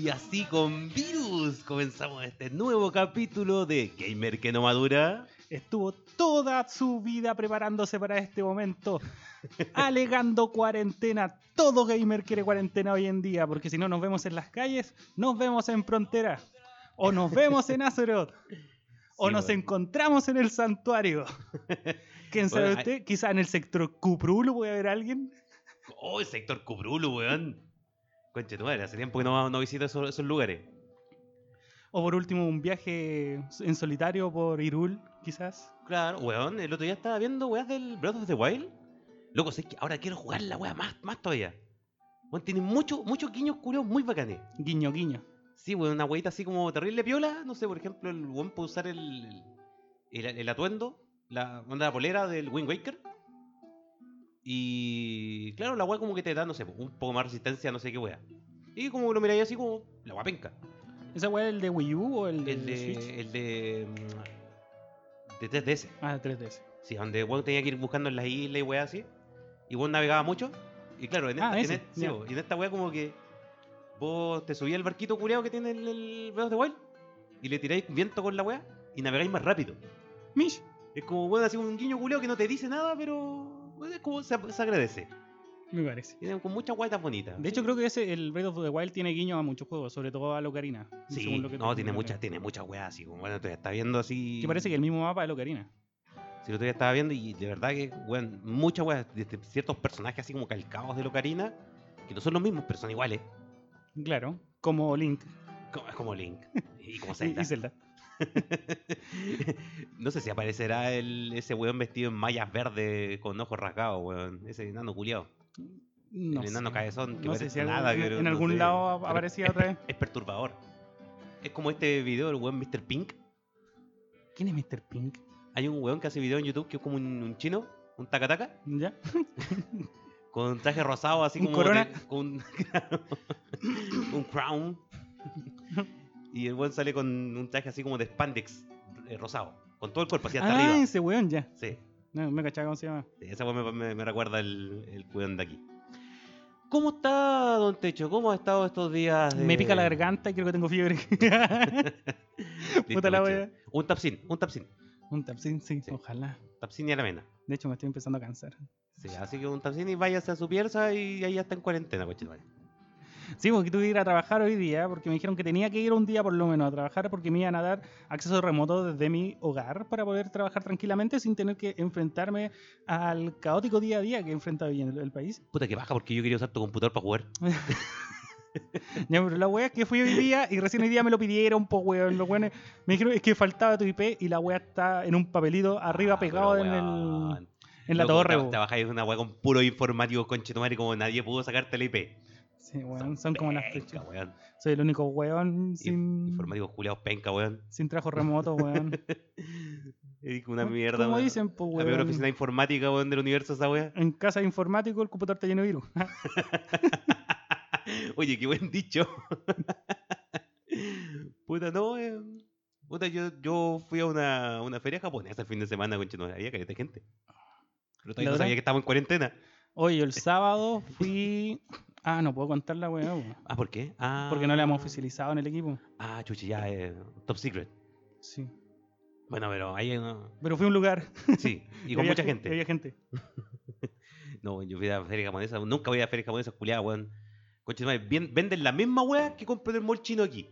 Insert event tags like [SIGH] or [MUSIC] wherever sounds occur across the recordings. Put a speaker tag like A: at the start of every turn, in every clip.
A: Y así con virus comenzamos este nuevo capítulo de Gamer que no madura.
B: Estuvo toda su vida preparándose para
A: [LAUGHS]
B: este momento, alegando cuarentena. Todo gamer quiere cuarentena hoy en día, porque si no nos vemos en las calles, nos vemos en frontera, o nos vemos en Azeroth,
A: [LAUGHS]
B: o
A: Sí,
B: nos
A: bueno.
B: encontramos en
A: [LAUGHS]
B: el santuario. ¿Quién sabe
A: Bueno, hay-
B: usted? Quizá en el sector Cuprulo puede haber alguien.
A: ¡Oh, el sector Cubrulu, weón! Conche tu madre, hace tiempo que no, no visito esos, esos lugares.
B: O por último, un viaje en solitario por Irul, quizás.
A: Claro, weón, el otro día estaba viendo weas del Breath of the Wild. Loco, sé que ahora quiero jugar la wea más, más todavía. Weón, tiene muchos muchos guiños curiosos muy bacanes.
B: Guiño, guiño.
A: Sí, weón, una weita así como terrible piola. No sé, por ejemplo, el weón puede usar el, el, el atuendo, la onda de la polera del Wind Waker. Y claro, la wea como que te da, no sé, un poco más resistencia, no sé qué wea. Y como lo miráis así como la wea penca.
B: ¿Esa weá es el de Wii U o el de,
A: El
B: Switch?
A: de. El de. mm, De 3DS.
B: Ah, 3DS.
A: Sí, donde weón tenía que ir buscando en las islas y weá así. Y vos navegaba mucho. Y claro, en esta,
B: Ah,
A: en
B: ese,
A: e- sí,
B: ya.
A: vos, y en esta weá como que vos te subías al barquito culeado que tiene el, el Breath of the Wild y le tiráis viento con la weá y navegáis más rápido.
B: Mish.
A: Es como bueno, así un guiño culeado que no te dice nada, pero bueno, es como se, se agradece.
B: Me parece.
A: Tiene con muchas guaitas bonitas.
B: De hecho, creo que ese, el Breath of the Wild tiene guiño a muchos juegos, sobre todo a Locarina.
A: Sí,
B: según lo que
A: no,
B: tengo
A: tiene
B: acá.
A: muchas, tiene muchas weas así, como bueno, te está viendo así.
B: Que parece que el mismo mapa de Locarina.
A: Si lo otro día estaba viendo y de verdad que, weón, muchas weas, desde este, ciertos personajes así como calcados de Locarina, que no son los mismos, pero son iguales.
B: Claro, como Link
A: Como- Es como Link. Y como
B: [LAUGHS] y-
A: Zelda.
B: y Zelda.
A: [LAUGHS] no sé si aparecerá el, ese weón vestido en mallas verdes con ojos rasgados, weón. Ese enano culiado.
B: No
A: el enano
B: sé.
A: cabezón que
B: No sé
A: parece
B: si al-
A: nada,
B: en,
A: pero
B: en
A: no
B: algún
A: sé.
B: lado ap-
A: Pero
B: aparecía otra vez.
A: Es perturbador. Es como este video del weón Mr. Pink.
B: ¿Quién es Mr. Pink?
A: Hay un weón que hace video en YouTube que es como un, un chino, un tacataca,
B: ¿Ya?
A: con traje rosado así
B: Un
A: como.
B: corona.
A: de- con, [LAUGHS] claro, un crown. Y el weón sale con un traje así como de spandex eh, rosado. Con todo el cuerpo, así hasta
B: ah,
A: arriba.
B: ese weón ya.
A: Sí.
B: No, me cachaba cómo se llama.
A: Sí, Esa weá me, me- me recuerda el, el weón de aquí. ¿Cómo está, don Techo? ¿Cómo ha estado estos días? de-
B: Me pica la garganta y creo que
A: [LAUGHS]
B: tengo fiebre.
A: Listo,
B: Puta la
A: conche.
B: wea.
A: Un tapsin, un tapsin.
B: Un tapsin, sí,
A: Sí.
B: ojalá.
A: Tapsin y a la mena.
B: De hecho, me estoy empezando a cansar.
A: Sí, así que un tapsin y váyase a su pieza y ahí ya está en cuarentena, conchetumare.
B: Sí, porque tuve que ir a trabajar hoy día, porque me dijeron que tenía que ir un día por lo menos a trabajar, porque me iban a dar acceso remoto desde mi hogar para poder trabajar tranquilamente sin tener que enfrentarme al caótico día a día que he enfrentado hoy en el, el país.
A: Puta que baja porque yo quería usar tu computador para jugar.
B: Ya, pero la wea es que fui hoy día y recién hoy día me lo pidieron, po weón. Los weones me dijeron es que faltaba tu IP y la wea está en un papelito arriba
A: Ah,
B: pegado
A: pero
B: en, el,
A: weón.
B: en la
A: Loco,
B: torre.
A: tra-
B: po.
A: Trabajáis en una weá con puro informativo, conchetumare, como nadie pudo sacarte la IP.
B: Sí, weón, son como las
A: penca,
B: fechas.
A: weón.
B: Soy el único weón
A: Inf-
B: sin,
A: Informáticos culiados penca, weón.
B: sin trabajo remoto, weón.
A: Es [LAUGHS] una mierda,
B: Como
A: weón.
B: dicen, po
A: La peor
B: weón.
A: oficina informática, weón, del universo esa weá. [LAUGHS]
B: En casa de informático el computador está lleno de virus. [LAUGHS]
A: Oye, qué buen dicho. [LAUGHS] Puta, no, eh. Puta, yo, yo fui a una, una feria japonesa el fin de semana, con chino. Había caleta de gente. Pero todavía no
B: ¿La verdad?
A: sabía que estábamos en cuarentena.
B: Oye, el sábado fui... Ah, no puedo contar la weá, weón.
A: Ah, ¿por qué? Ah,
B: Porque no la hemos oficializado en el equipo.
A: Ah, chuchi, ya, eh, top secret.
B: Sí.
A: Bueno, pero ahí. no-
B: Pero fui a un lugar. [LAUGHS]
A: Sí, y con
B: había
A: mucha
B: gen-
A: gente.
B: Había gente.
A: No, yo fui a la feria japonesa. Nunca voy a ferias japonesas culiadas, weón. Conche tu madre, vien- venden la misma weá que compro en el mall chino
B: [LAUGHS]
A: aquí.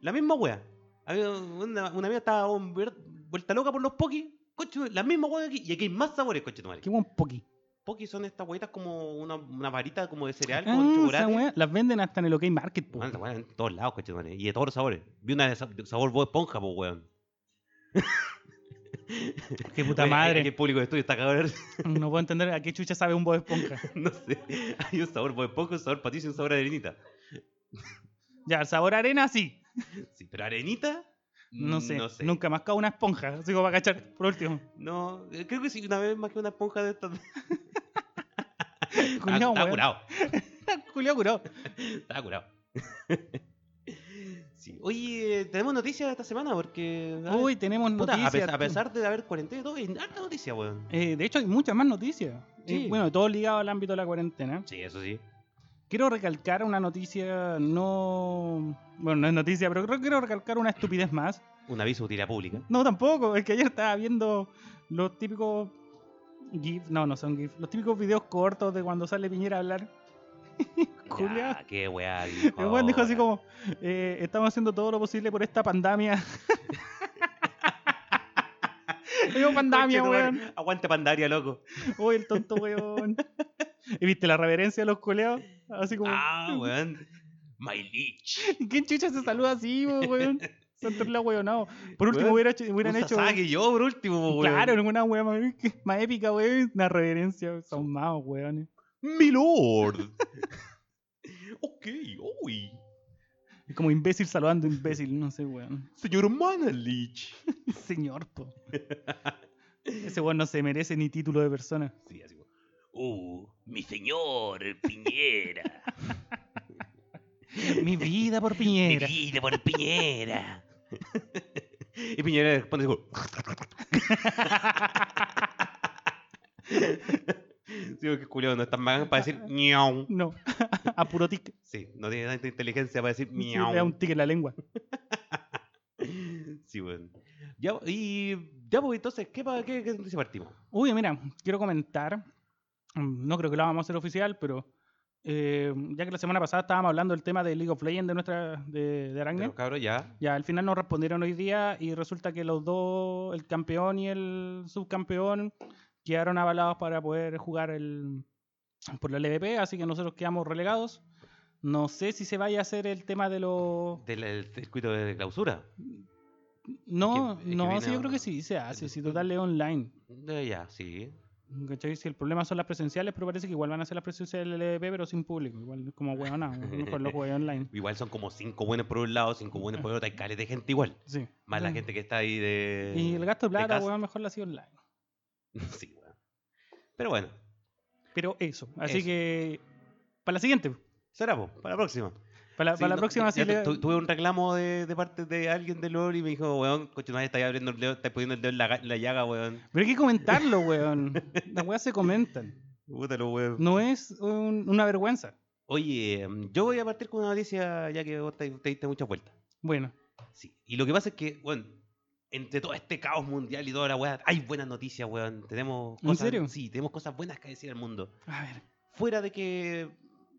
A: la misma weá. Había Una, una amiga estaba vuel- vuelta loca por los pokis. Conche, tu madre, la misma weá aquí. Y aquí hay más sabores, conche tu madre.
B: Qué buen poqui.
A: Pokis son estas weas como una, una varita como de cereal
B: Ah,
A: con
B: esa
A: chocolate.
B: weá, las venden hasta en el OK Market, po.
A: Weón, esa weá en todos lados, conche tu madre. Y de todos los sabores. Vi una de sa- de sabor Bob esponja, po, weón.
B: Qué puta
A: Oye, aquí
B: madre.
A: el público de estudio está cagado.
B: No puedo entender a qué chucha sabe un Bob Esponja.
A: [LAUGHS] no sé. Hay un sabor Bob esponja, un sabor paticio y un sabor arenita.
B: Ya, el sabor arena sí.
A: Sí, pero arenita. Mm,
B: No sé, nunca más cada una esponja. Sigo para cachar, por último.
A: No, eh, creo que sí, una vez más que una esponja de estas. Estaba-
B: Culeado,
A: estaba Ah,
B: weón.
A: curado,
B: Culeado curado.
A: estaba curado. [LAUGHS] Sí. Oye, eh, tenemos noticias esta semana porque. ah,
B: Uy, tenemos
A: puta,
B: noticias.
A: a, pesar, a
B: tú.
A: pesar de haber cuarentena y todo, hay harta noticia, weón.
B: Eh, de hecho, hay muchas más noticias.
A: Sí.
B: Eh, bueno, todo ligado al ámbito de la cuarentena.
A: Sí, eso sí.
B: Quiero recalcar una noticia, no. Bueno, no es noticia, pero creo- quiero recalcar una estupidez más.
A: Un aviso de utilidad pública.
B: No, tampoco. Es que ayer estaba viendo los típicos GIF, no, no son GIF, los típicos videos cortos de cuando sale Piñera a hablar. Julia.
A: Ya, qué weá. dijo
B: El weón dijo así
A: ahora.
B: como, eh, estamos haciendo todo lo posible por esta pandemia. [LAUGHS] Digo pandemia,
A: Conche tu madre,
B: weón.
A: Aguante pandemia, loco.
B: Uy, el tonto weón. ¿Y viste la reverencia de los coleados? Así como,
A: Ah, weón. My leech.
B: [LAUGHS] ¿quién chucha se saluda así, po, weón? Son tres weonados. Por último,
A: Weón,
B: hubiera hecho- hubieran
A: Un
B: hecho.
A: Sasaki yo, por último, weón.
B: Claro, alguna wea más, [LAUGHS] más épica, weón. Una reverencia, weón. son más weones.
A: Mi lord. [LAUGHS] ok, uy.
B: Es como imbécil saludando imbécil, no sé, weón. [LAUGHS]
A: Señor Manalich.
B: Señor, po. Ese weón no se merece ni título de persona.
A: Sí, así como. Uh, mi señor Piñera.
B: Mi vida por Piñera.
A: Mi vida por Piñera. y Piñera responde como... [LAUGHS] Sí, que culiado, no es tan bacán para decir miau.
B: No, [LAUGHS] a puro tic.
A: Sí, no tiene tanta inteligencia para decir
B: Sí, le da
A: miau.
B: un tic en la lengua.
A: Sí, weón. Ya, y ya, pues entonces, ¿qué, pa- qué, qué noticia partimos?
B: Uy, mira, quiero comentar. mm, No creo que lo vamos a hacer oficial, pero eh, ya que la semana pasada estábamos hablando del tema de League of Legends de nuestra de, de Aragne,
A: Pero cabrón, ya.
B: ya al final nos respondieron hoy día y resulta que los dos, el campeón y el subcampeón, quedaron avalados para poder jugar el por la LVP, así que nosotros quedamos relegados. No sé si se vaya a hacer el tema de los
A: Del el circuito de clausura.
B: No,
A: es que
B: no,
A: viene
B: sí, yo creo
A: ahora
B: que sí se hace,
A: el
B: si
A: descuento.
B: total es online.
A: Eh, ya, sí.
B: ¿Cachai? Si el problema son las presenciales, pero parece que igual van a ser las presenciales del LVP, pero sin público. Igual como huevona, mejor lo juegue online.
A: Igual son como cinco buenos por un lado, cinco buenos por otro. Hay caleta de gente igual.
B: Sí.
A: Más la gente que está ahí de.
B: Y el gasto de plata,
A: casa.
B: weón, mejor lo sido online.
A: [LAUGHS] Sí, weón. Pero bueno,
B: Pero eso, así
A: Eso.
B: que. Para la siguiente,
A: será, po, para la próxima.
B: para la,
A: Sí,
B: para la
A: no,
B: próxima,
A: ya
B: sí
A: tu-
B: le-
A: tu- Tuve un reclamo de, de parte de alguien de LOL y me dijo, weón, cochonada, estáis abriendo el dedo, estáis poniendo el dedo en la, ga- en la llaga, weón.
B: Pero hay que comentarlo, weón. Las weas se comentan.
A: Pútalo, weón.
B: No es un- una vergüenza.
A: Oye, mm, yo voy a partir con una noticia ya que vos te, te diste muchas vueltas.
B: Bueno,
A: Sí. Y lo que pasa es que, weón, entre todo este caos mundial y toda la weá, hay buenas noticias, weón. Tenemos
B: ¿En
A: cosas,
B: serio?
A: Sí, tenemos cosas buenas que decir al mundo.
B: a ver.
A: fuera de que,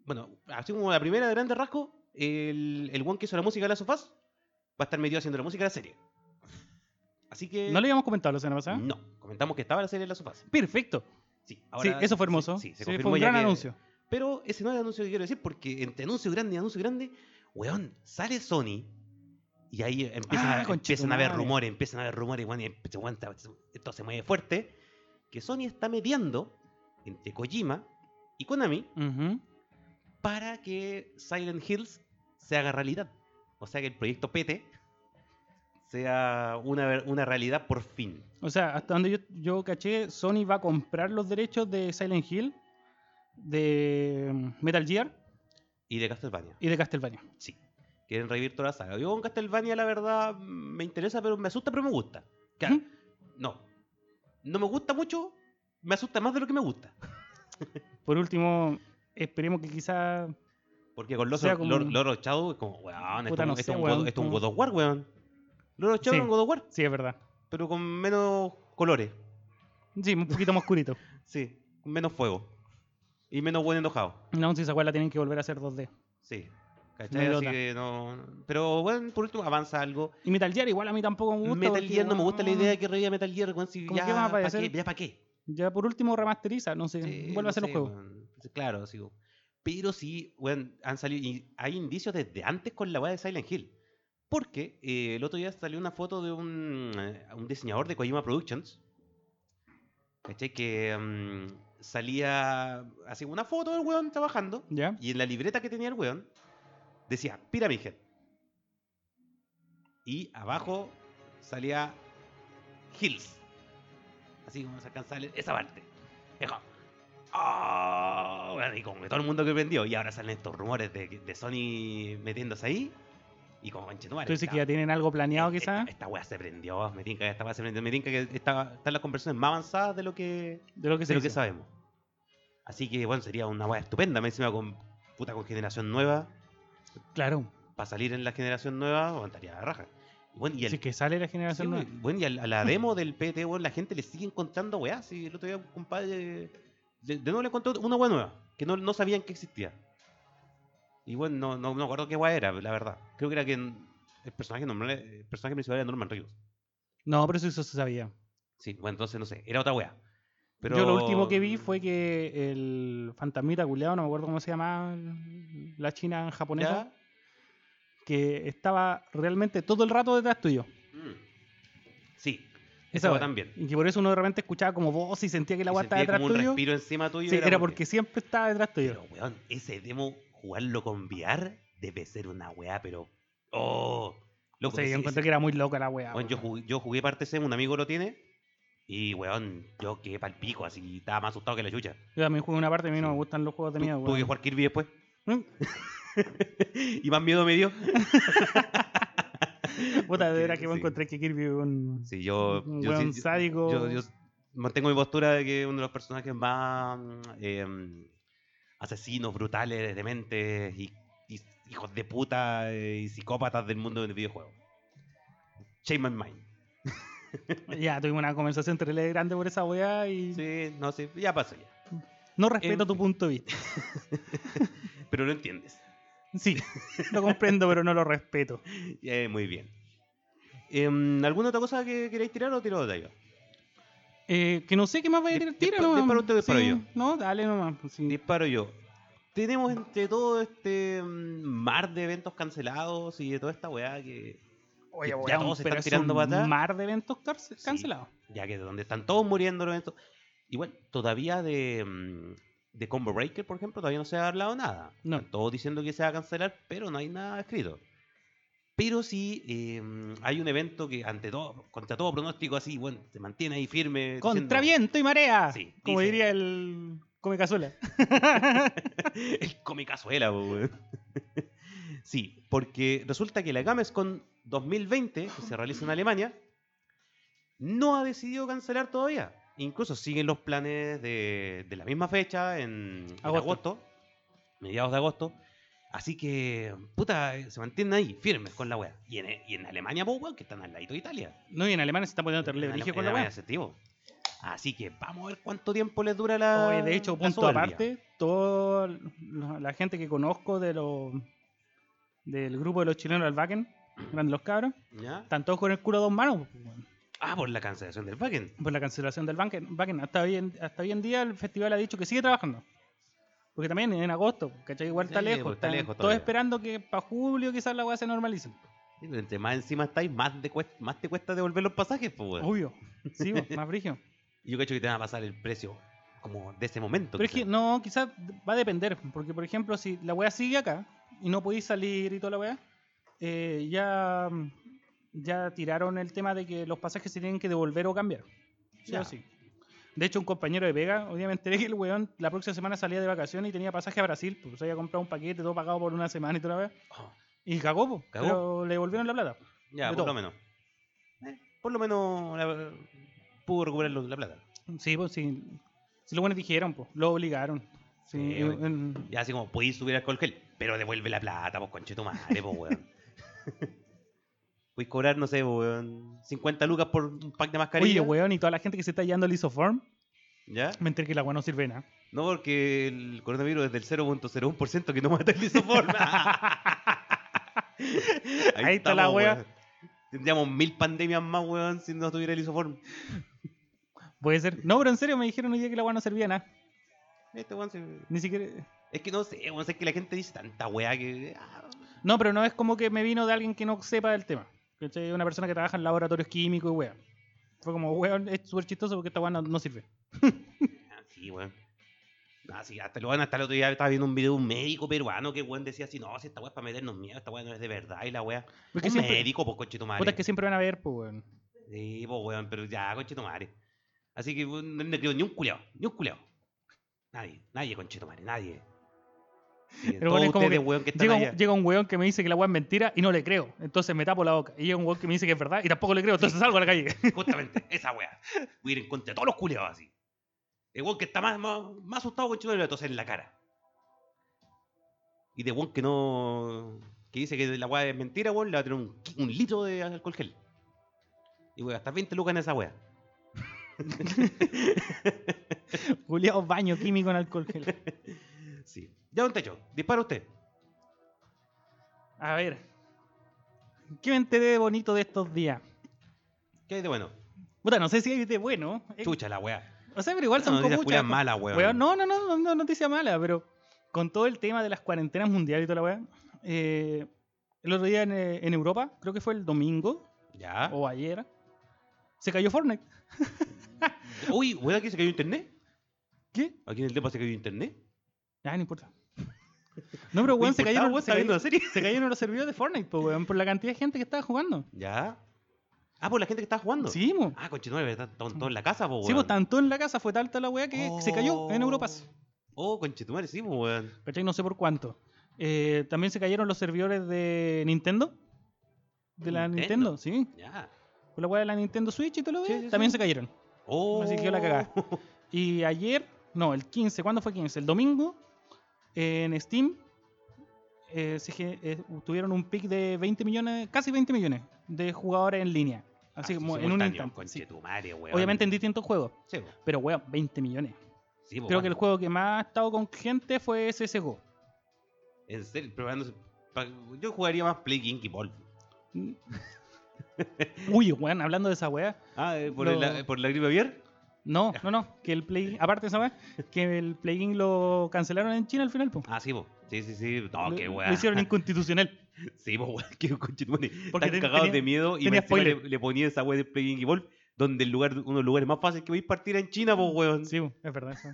A: bueno, así como la primera de grande rasgo, el, el one que hizo la música de la sofás va a estar metido haciendo la música de la serie. Así que.
B: ¿No le ah? habíamos comentado la semana pasada?
A: No, comentamos que estaba la serie de la sofás.
B: Perfecto.
A: Sí,
B: Sí,
A: ahora-
B: eso fue hermoso.
A: Sí, sí, se
B: Sí,
A: confirmó
B: fue un
A: ya
B: gran
A: que-
B: anuncio.
A: Pero ese no es el anuncio que quiero decir, porque entre anuncio grande y anuncio grande, weón, sale Sony. Y ahí empiezan,
B: Ah,
A: a, empiezan a haber
B: conchetumare.
A: rumores, empiezan a haber rumores, weón, y empe- weón, se- esto se mueve fuerte. Que Sony está mediando entre Kojima y Konami
B: Ujú.
A: para que Silent Hills se haga realidad. O sea, que el proyecto PT sea una, ver- una realidad por fin.
B: O sea, hasta donde yo, yo caché, Sony va a comprar los derechos de Silent Hill, de mm, Metal Gear
A: Y de Castlevania,
B: y de Castlevania.
A: sí. Quieren revivir toda la saga. Yo con Castlevania, la verdad, mm, me interesa, pero me asusta, pero me gusta. Claro,
B: Ujú.
A: no. No me gusta mucho, me asusta más de lo que me gusta.
B: Por último, esperemos que quizá...
A: Porque con Loro,
B: sea como-
A: Loro, Loro Chao es como, weón, esto,
B: Puta,
A: es un-
B: no
A: esto
B: sé,
A: es un
B: weón,
A: God- esto es un
B: no.
A: God of War, weón. Loro Chao
B: Sí.
A: es un God of War,
B: Sí, es verdad.
A: pero con menos colores.
B: Sí, un poquito más
A: [LAUGHS]
B: oscurito.
A: Sí, con menos fuego. Y menos buen enojado.
B: No, si esa weá la tienen que volver a hacer 2D.
A: Sí. ¿Cachai? Así
B: Melota.
A: que no. Pero bueno, por último avanza algo.
B: Y Metal Gear igual a mí tampoco me gusta.
A: Metal
B: porque,
A: Gear no me gusta la
B: weón,
A: idea de que reviva Metal Gear, weón. Si
B: ¿Cómo
A: ya,
B: que van a
A: ¿pa'
B: aparecer?
A: qué? ¿Ya para qué?
B: Ya por último remasteriza, no sé,
A: Sí,
B: vuelve
A: no
B: a hacer
A: sé,
B: los juegos.
A: weón. Claro, sí. weón. Pero sí, bueno, han salido. Y hay indicios desde antes con la weá de Silent Hill. Porque eh, el otro día salió una foto de un, eh, un diseñador de Kojima Productions. ¿Cachai? Que mm, salía. Hacía una foto del weón trabajando.
B: ¿Ya?
A: Y en la libreta que tenía el weón, decía Pyramid Head. Y abajo salía Hills. Así como se alcanza a leer esa parte. Dejo. ¡Oh! Bueno, y como que todo el mundo que vendió. Y ahora salen estos rumores de, de Sony metiéndose ahí. Y como conchetumare.
B: Tú dices
A: esta-
B: que ya tienen algo planeado
A: esta,
B: quizá
A: esta wea se prendió. Me tinca que esta wea se prendió. Me tinca que esta- están las conversaciones más avanzadas de lo que
B: de lo que
A: de
B: se
A: lo que
B: hizo.
A: sabemos. Así que, bueno, sería una weá estupenda, me encima con puta, con generación nueva,
B: Claro.
A: para salir en la generación nueva, aguantaría la raja. Bueno, y el
B: Si es que sale la generación
A: Sí,
B: nueva.
A: güey. Bueno, y al- a,
B: [CLEARS THROAT]
A: la demo del PT, bueno, la gente le sigue encontrando weá. Si el otro día, un compadre, de, de nuevo le encontró una weá nueva, que no, no sabían que existía. Y bueno, no, no, no me acuerdo qué weá era, la verdad. Creo que era que en- el personaje, normal, el personaje principal era Norman Ríos.
B: No, pero eso, eso se sabía.
A: Sí, bueno, entonces no sé, era otra weá. Pero... mm,
B: Yo lo último que vi fue que el fantasmita culeado, no me acuerdo cómo se llamaba, la china japonesa,
A: ¿Ya?
B: que estaba realmente todo el rato detrás tuyo.
A: Mm. Sí,
B: Esa
A: esa weá
B: weá.
A: también.
B: Y que por eso uno de repente escuchaba como voz y sentía que la
A: Y
B: agua estaba
A: sentía
B: detrás
A: como un
B: tuyo.
A: respiro encima tuyo.
B: Sí, era porque siempre estaba detrás tuyo.
A: Pero, weón, ese demo, jugarlo con VR, debe ser una weá, pero. ¡Oh!
B: O
A: Loco,
B: sea,
A: ese-
B: yo encontré
A: ese-
B: que era muy loca la weá.
A: weón, yo, jugué, yo jugué parte SEM, un amigo lo tiene. Y, weón, yo quedé pal pico, así estaba más asustado que la chucha.
B: Yo también jugué una parte, a mí no
A: Sí.
B: me gustan los juegos de
A: Tu-
B: miedo,
A: tuve que
B: weón. ¿Mm?
A: jugar Kirby después. [LAUGHS] y más miedo me dio.
B: Puta, de
A: porque-
B: veras que me
A: sí.
B: encontré que Kirby es un...
A: Sí, yo.
B: Un
A: yo,
B: weón
A: sí- yo-
B: sádico.
A: Yo, yo mantengo mi postura de que uno de los personajes más. mm, em, asesinos, brutales, dementes y, y hijos de puta eh, y psicópatas del mundo del videojuego. Change my mind.
B: Ya, tuvimos una conversación entre ley grande por esa weá y...
A: Sí, no sé, ya pasó ya.
B: No respeto
A: En
B: tu
A: fin.
B: punto
A: [LAUGHS]
B: de vista.
A: Pero lo entiendes.
B: Sí, lo comprendo, pero no lo respeto.
A: Eh, muy bien. Em, ¿Alguna otra cosa que queráis tirar o tiro de yo?
B: Eh, que no sé qué más vaya a
A: Dis-
B: tirar, tira
A: dispa-
B: nomás.
A: dispara usted, disparo
B: Sí,
A: yo.
B: No, dale nomás. pues, sí.
A: Disparo yo. Tenemos entre todo este mm, mar de eventos cancelados y de toda esta weá que.
B: Oye,
A: ya
B: weón,
A: todos se
B: pues,
A: están
B: pero es
A: tirando
B: un
A: para atrás.
B: mar de eventos carce- cancelados.
A: ya que donde están todos muriendo los eventos. Igual, todavía de, mm, de Combo Breaker, por ejemplo, todavía no se ha hablado nada.
B: No.
A: Están todos diciendo que se va a cancelar, pero no hay nada escrito. Pero sí eh, hay un evento que, ante todo, contra todo pronóstico, así, bueno, se mantiene ahí firme. diciendo-
B: Contra viento y marea,
A: Sí,
B: como
A: dice.
B: diría el come cazuela.
A: [LAUGHS] El comicazuela, po, weón. [LAUGHS] Sí, porque resulta que la Gamescom 2020, que se realiza en Alemania, no ha decidido cancelar todavía. Incluso siguen los planes de, de la misma fecha, en en
B: Agosto.
A: agosto. mediados de agosto. Así que, puta, eh, se mantienen ahí, firmes con la wea. Y en, y en Alemania, po, weón, que están al ladito de Italia.
B: No, y en alemán se está poniendo terrible
A: En
B: brillo
A: Ale-
B: con
A: en
B: la
A: Alemania
B: weá.
A: se activó. Así que vamos a ver cuánto tiempo les dura la.
B: Oye, de hecho,
A: la
B: punto
A: soberbia.
B: aparte, toda la gente que conozco de los del grupo de los chilenos al Wacken, eran de los cabros,
A: ¿Ya?
B: están todos con el culo a dos manos pues, weón,
A: Ah, por la cancelación del backend.
B: por la cancelación del Wacken. Wacken, Hasta hoy, en, hasta hoy en día el festival ha dicho que sigue trabajando. Porque también en agosto, ¿cachai? Igual está
A: Sí,
B: lejos.
A: pues, está
B: están
A: lejos
B: todos
A: todavía.
B: esperando que para julio quizás la weá se normalice.
A: Sí, pero Entre más encima estáis, más, de cuest- más te cuesta devolver los pasajes, pues, weón.
B: Obvio. Sí, pues, más brillo.
A: Y Yo cacho que te van a pasar el precio como de ese momento.
B: Pero es que
A: quizás.
B: no, quizás va a depender, porque por ejemplo, si la weá sigue acá y no podéis salir y toda la weá, eh, ya, ya tiraron el tema de que los pasajes se tienen que devolver o cambiar. Sí o
A: Ya.
B: sí. De hecho, un compañero de Vega, obviamente, [LAUGHS] que el weón la próxima semana salía de vacaciones y tenía pasaje a Brasil, pues había comprado un paquete, todo pagado por una semana y toda la weá.
A: Oh,
B: Y cagó, pues,
A: Cagó.
B: pero le devolvieron la plata.
A: ya,
B: de
A: por
B: todo.
A: lo menos. Eh, por lo menos la- pudo recuperar lo- la plata.
B: Sí, pues sí. Si los buenos dijeron, pues, lo obligaron. Sí,
A: Sí,
B: en-
A: bueno.
B: en-
A: Ya así como, podéis subir alcohol gel, pero devuelve la plata, pues, conchetumare, pues, weón. [LAUGHS] Podéis cobrar, no sé, po, weón, 50 lucas por un pack de
B: Oye,
A: mascarilla.
B: weón, y toda la gente que se está llevando el isoform,
A: ¿Ya?
B: Me enteré que el agua no sirve de nada.
A: No, porque el coronavirus es del 0.01% que no mata el isoform.
B: [LAUGHS] Ahí está la wea.
A: weón. Tendríamos mil pandemias más, weón, si no tuviera el isoform.
B: Puede ser. No, pero en serio me dijeron hoy día que el agua no servía de nada.
A: Este weón se-
B: Ni siquiera.
A: Es que no sé, weón, es que la gente dice tanta wea que... ah,
B: No, pero no es como que me vino de alguien que no sepa del tema. ¿Cachai? Una persona que trabaja en laboratorios químicos y wea. Fue como, weón, es súper chistoso porque esta agua no, no sirve.
A: ah, sí, weón. Ah, sí, hasta, el weón, hasta el otro día estaba viendo un video de un médico peruano que, weón, decía así, no, si esta wea es para meternos miedo, esta wea no es de verdad y la wea...
B: Porque
A: un
B: siempre,
A: médico, pues, conchetumare.
B: puta, es que siempre van a ver, pues, weón.
A: Sí, pues, weón, pero ya, conchetumare. Así que weón, no le creo ni un culeado, ni un culeado. Nadie, nadie, conchetumare, nadie. Sí,
B: Pero
A: todos
B: bueno, es como
A: ustedes,
B: que
A: weón, que están
B: Llega,
A: allá.
B: un- llega un weón que me dice que la agua es mentira y no le creo. Entonces me tapo la boca. Y llega un weón que me dice que es verdad y tampoco le creo. Entonces salgo a la calle. [LAUGHS]
A: Justamente, esa weá. Voy a ir en contra de todos los culeados así. El weón que está más, más, más asustado, conchetumare, le va a toser en la cara. Y de weón que no. que dice que la weá es mentira, weón, le va a tener un, ki- un litro de alcohol gel. Y weón, hasta 20 lucas en esa weá.
B: Juliado baño químico en alcohol gel.
A: Sí. Ya, don Techo, dispara usted.
B: A ver. ¿Qué me enteré de bonito de estos días?
A: ¿Qué hay de bueno?
B: Puta, no sé si hay de bueno. Eh,
A: Chucha la weá.
B: O sea, pero igual son
A: No,
B: como
A: noticias culias
B: muchas.
A: malas, weón.
B: Weón, no, no, no, no, no, noticia mala, pero con todo el tema de las cuarentenas mundiales y toda la weá. eh, el otro día en, eh, en Europa, creo que fue el domingo
A: Ya.
B: o ayer, se cayó Fortnite.
A: Uy, weón, aquí se cayó internet.
B: ¿Qué?
A: Aquí en el depa se cayó internet.
B: Ah,
A: [LAUGHS]
B: no importa. No, pero weón, se
A: importaba,
B: cayeron,
A: weón,
B: se,
A: está viendo
B: cayeron,
A: la serie.
B: se cayeron los servidores de Fortnite, pues, weón, por la cantidad de gente que estaba jugando.
A: Ya. Ah, por la gente que estaba jugando.
B: Sí, mo.
A: Ah, conchetumare, ¿verdad? Estaban todos en la casa, po, weón.
B: Sí, pues tanto en la casa fue tanta la weá que se cayó en Europa.
A: Oh, conchetumare, sí, po, weón.
B: ¿Cachai? No sé por cuánto. Eh, también se cayeron los servidores de Nintendo. De la
A: Nintendo.
B: Nintendo, sí.
A: Ya.
B: Por la weá de la Nintendo Switch y todo lo
A: Sí,
B: weá,
A: sí,
B: También
A: sí.
B: se cayeron.
A: Oh.
B: Así que la cagá. Y ayer, no, el 15, ¿cuándo fue 15? El domingo, en Steam, eh, se ge- eh, tuvieron un pic de 20 millones, casi 20 millones de jugadores en línea.
A: [LAUGHS]
B: Así
A: Ah,
B: como en un instante. sí.
A: Conchetumare, weón.
B: Obviamente en distintos juegos,
A: Sí, po.
B: pero weón, 20 millones.
A: Sí, po,
B: Creo que el
A: weón.
B: juego que más ha estado con gente fue CSGO.
A: En serio, probándose. pa- Yo jugaría más Play King y Ball.
B: Uy, weón, hablando de esa weá.
A: Ah, eh, por,
B: Lo-
A: el- la, por la gripe aviar.
B: No, no, no, que el play, aparte de esa weá, que el plugin lo cancelaron en China al final, po.
A: Ah, sí, po. Sí, sí, sí. No,
B: Lo-
A: Ah, qué
B: lo
A: weón.
B: hicieron inconstitucional.
A: Sí, po, weón. [LAUGHS] Qué conchetumare.
B: Porque
A: Están
B: ten-
A: cagados
B: tenía-
A: de miedo y
B: tenía
A: me encima le,
B: spoiler.
A: le ponía esa weón de Play King y Ball. Donde el lugar, uno de los lugares más fáciles que voy a partir era en China, po, weón.
B: Mm, Sí, po, es verdad. eso.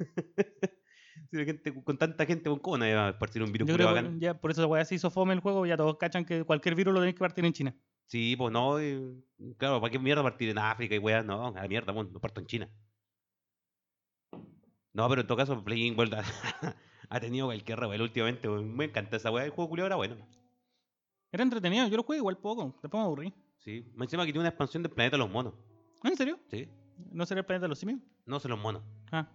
A: Sí, la gente- con tanta gente, con ¿cómo no iba a partir un virus
B: Yo
A: culiao
B: creo
A: bacán?
B: que ya por eso la weá se hizo fome el juego, ya todos cachan que cualquier virus lo tenés que partir en China.
A: Sí, pues no. eh, claro, ¿para qué mierda partir en África y weas? No, a la mierda, weón, no parto en China. No, pero en todo caso, Playing World ha, [LAUGHS] ha tenido cualquier revuelo últimamente. weón. Me encanta esa wea. El juego culiado era bueno.
B: Era entretenido, yo lo jugué igual poco, después me aburrí.
A: Sí. Me encima que tiene una expansión del planeta de los monos.
B: Ah, ¿En serio?
A: Sí.
B: ¿No será el planeta de los simios?
A: No son los monos. [LAUGHS]
B: Ah,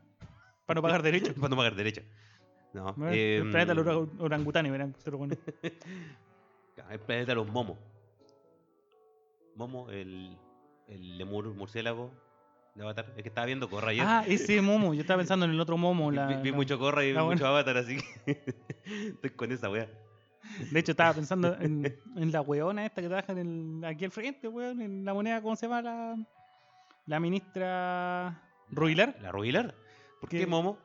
B: para no pagar derechos.
A: Para no pagar derecha. No.
B: Bueno, el
A: em,
B: planeta de los orang- orangutanes, verán, pero bueno.
A: el planeta de los momos. Momo, el, el lemur, murciélago de Avatar. Es que estaba viendo Corra ayer.
B: Ah, ese momo, yo estaba pensando en el otro momo. la-
A: vi, vi
B: la-
A: mucho Corra y vi
B: la buena.
A: mucho Avatar, así que [LAUGHS] estoy con esa wea.
B: De hecho, estaba pensando en,
A: [LAUGHS]
B: en la weona esta que trabaja en el- aquí al frente, weón, en la moneda, ¿cómo se llama? La, la ministra Ruilar.
A: ¿La Ruilar? ¿Por qué,
B: ¿Qué?
A: Momo?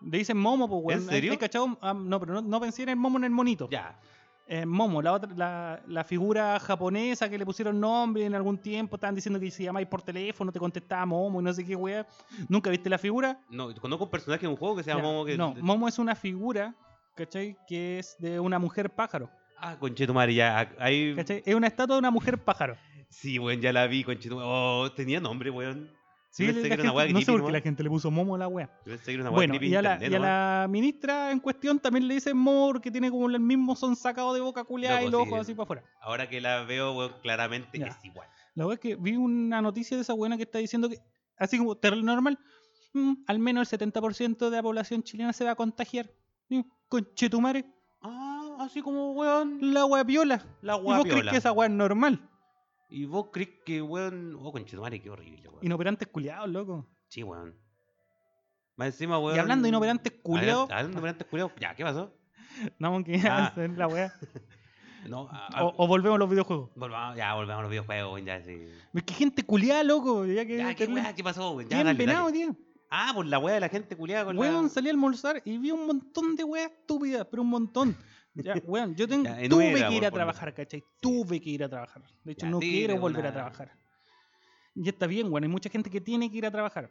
B: Le dicen Momo, pues, weón.
A: ¿En serio?
B: ¿Hay cachado? Ah, no, pero no, no pensé en el Momo en el monito.
A: Ya.
B: Eh, Momo, la, otra, la, la figura japonesa que le pusieron nombre en algún tiempo, estaban diciendo que si llamáis por teléfono te contestaba Momo y no sé qué weón. ¿Nunca viste la figura?
A: No, conozco un personaje en un juego que se
B: Ya,
A: llama Momo. Que,
B: No, Momo es una figura, ¿cachai? Que es de una mujer pájaro.
A: Ah, conchetumare, ya. Ahí...
B: ¿Cachai? Es una estatua de una mujer pájaro.
A: Sí, weón, ya la vi, conchetumare. Oh, tenía nombre, weón.
B: Sí,
A: Yo pensé
B: la
A: que era una
B: gente-
A: wea
B: no sé
A: creepy
B: por qué
A: nomás.
B: la gente le puso momo a la wea.
A: Yo pensé que era una wea
B: Bueno,
A: creepy
B: y a, la,
A: internet
B: y a
A: nomás.
B: la ministra en cuestión también le dicen momo porque tiene como el mismo son sacado de boca culiada
A: Loco,
B: y los
A: sí,
B: ojos
A: el-
B: así para afuera.
A: Ahora que la veo, weón, claramente
B: Ya.
A: es igual.
B: La wea es que vi una noticia de esa buena que está diciendo que, así como terreno normal, mm, al menos el 70% de la población chilena se va a contagiar. Mm, Conchetumare,
A: Ah, así como, weón.
B: la wea piola.
A: La
B: ¿Y vos crees
A: guapiola.
B: que esa wea es normal?
A: Y vos crees que, weón. Oh, conchetumare, qué horrible, weón.
B: Inoperantes culiados, loco.
A: Sí, weón. Más encima, weón.
B: Y hablando de inoperantes culiados,
A: Adelante- Hablando de ignorantes culiados. Ya, ¿qué pasó?
B: no, que
A: Ah.
B: [LAUGHS] hacer la wea.
A: No, ah, ah,
B: O, o volvemos a los videojuegos.
A: volvamos- ya volvamos a los videojuegos, ya, sí.
B: Es que gente culiada, loco. Ya que
A: Ya, ¿qué
B: Eh, termina-
A: weá? ¿Qué pasó, weón? Ya,
B: Bien
A: dale,
B: venado,
A: dale.
B: tío.
A: Ah, por la weá de la gente culiada con
B: Weón,
A: la...
B: salí a almorzar y vi un montón de weas estúpidas, pero un montón.
A: [LAUGHS]
B: Ya, weón, yo tengo,
A: Ya, en
B: tuve
A: Ueda,
B: que ir
A: por-
B: a
A: por-
B: trabajar, ¿cachai? Tuve que ir a trabajar. De hecho,
A: Ya,
B: no
A: sí,
B: quiero
A: de
B: volver
A: una-
B: a trabajar. Ya está bien, weón. Hay mucha gente que tiene que ir a trabajar.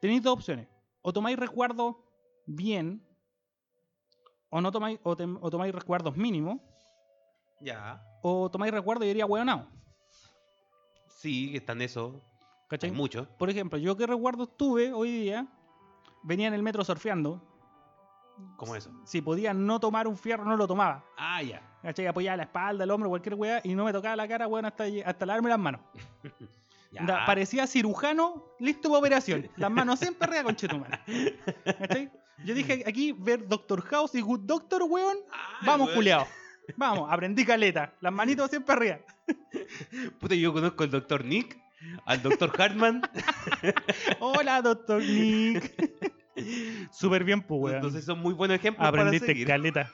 B: Tenéis dos opciones. O tomáis resguardo bien, o no tomáis, o, tem- o tomáis resguardos mínimos,
A: Ya.
B: o tomáis resguardo y diría weonao.
A: Sí, que están eso.
B: ¿Cachai?
A: Hay mucho.
B: Por ejemplo, yo que resguardos tuve hoy día, venía en el metro surfeando.
A: ¿Cómo eso?
B: Si podía no tomar un fierro, no lo tomaba.
A: Ah, ya.
B: ¿Cachai? Apoyaba la espalda, el hombro, cualquier weá, y no me tocaba la cara, weón, hasta, hasta lavarme las manos.
A: Ya.
B: Onda, parecía cirujano, listo para operación. Las manos siempre arriba con chetumana. ¿Cachai? Yo dije aquí ver Doctor House y Good Doctor, weón.
A: Ay,
B: Vamos,
A: weón.
B: culiao. Vamos, aprendí caleta. Las manitos siempre arriba.
A: Puta, yo conozco al doctor Nick, al doctor Hartman.
B: Hola, doctor Nick.
A: [LAUGHS]
B: Súper bien, pues, [LAUGHS] weón.
A: Entonces son muy buenos ejemplos para
B: Aprendiste
A: seguir.
B: caleta.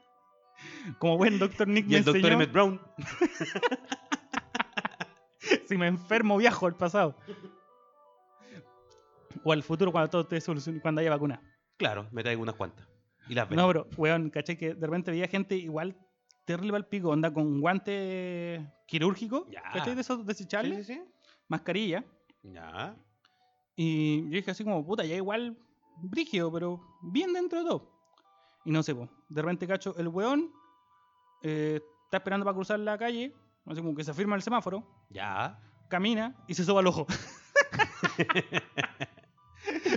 B: [LAUGHS] Como buen doctor Nick
A: Y
B: me
A: el doctor
B: enseñó,
A: Emmett Brown.
B: si me enfermo viajo al pasado. O al futuro cuando todo esté solucionado, cuando haya vacuna.
A: Claro, me traigo unas cuantas. Y las
B: No,
A: vendo.
B: pero, weón, caché que de repente veía gente igual terrible pa'l pico, onda con guante quirúrgico,
A: Ya.
B: ¿cachai? De esos desechables,
A: Sí, sí,
B: mascarilla.
A: sí. Ya.
B: Y yo dije así como, puta, ya igual brígido, pero bien dentro de todo. Y no sé, po, de repente cacho, el weón eh, está esperando para cruzar la calle, así como que se firma el semáforo,
A: Ya.
B: camina y se soba al
A: [LAUGHS]
B: ojo.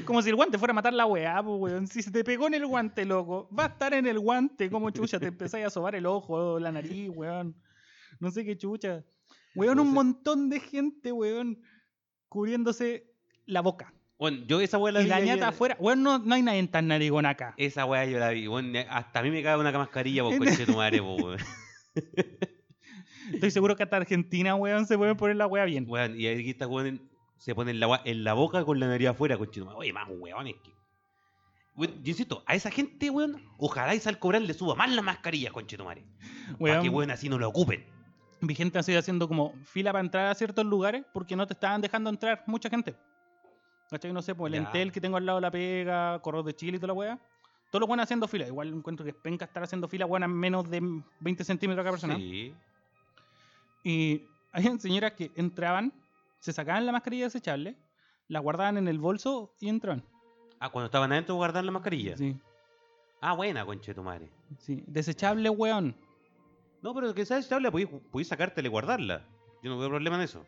B: como si el guante fuera a matar la weá, pues weón. Si se te pegó en el guante, loco, va a estar en el guante, como chucha, te empezáis a sobar el ojo, la nariz, weón. No sé qué chucha. Weón,
A: No
B: un
A: sé.
B: montón de gente, weón, cubriéndose la boca.
A: Bueno, yo esa weá la
B: y
A: vi
B: la
A: ayer.
B: ñata afuera. Weón, no, no hay nadie tan narigón acá.
A: Esa weá yo la vi. Bueno, hasta a mí me caga una
B: [LAUGHS]
A: mascarilla, vos, coche tu madre, po, weón. [LAUGHS]
B: Estoy seguro que hasta Argentina, weón, se puede poner la wea bien.
A: Weón, y ahí está, weón, en- se ponen la, gua- en la boca con la nariz afuera, con chino. Oye, más weones que. Weón, yo insisto, a esa gente, weón, ojalá y al cobrar le suba más la mascarilla, conchetumare. Para
B: Weón,
A: que, weón, así no lo ocupen.
B: mi gente ha sido haciendo como fila para entrar a ciertos lugares porque no te estaban dejando entrar mucha gente. ¿Cachai? No sé, pues el
A: Ya.
B: Entel que tengo al lado de la pega, Correos de Chile y toda la wea. Todos los buenos haciendo fila. Igual encuentro que es penca estar haciendo fila, weón, a menos de 20 centímetros cada persona.
A: Sí.
B: Y había señoras que entraban, se sacaban la mascarilla desechable, la guardaban en el bolso y entraban.
A: Ah, cuando estaban adentro guardaban la mascarilla.
B: Sí,
A: Ah, buena, conchetumare.
B: sí. Desechable, weón.
A: No, pero que sea desechable, podéis, podéis sacártela y guardarla. Yo no veo problema en eso.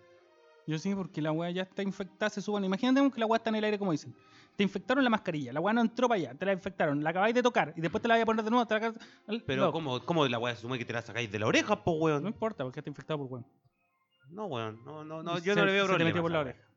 B: Yo sí, porque la weá ya está infectada, se suban. Imagínate que la weá está en el aire, como dicen. Te infectaron la mascarilla, la weá no entró para allá, te la infectaron, la acabáis de tocar y después te la voy a poner de nuevo. te la acabas- al-
A: Pero,
B: loco,
A: ¿cómo, ¿cómo la weá se supone que te la sacáis de la oreja, po,
B: No
A: weón?
B: importa, porque está infectado por weón.
A: No, weón. No, no, no,
B: Y
A: yo
B: se-
A: no le veo
B: se te
A: problema.
B: metió
A: a
B: por la
A: esa
B: oreja. Oh,
A: weá.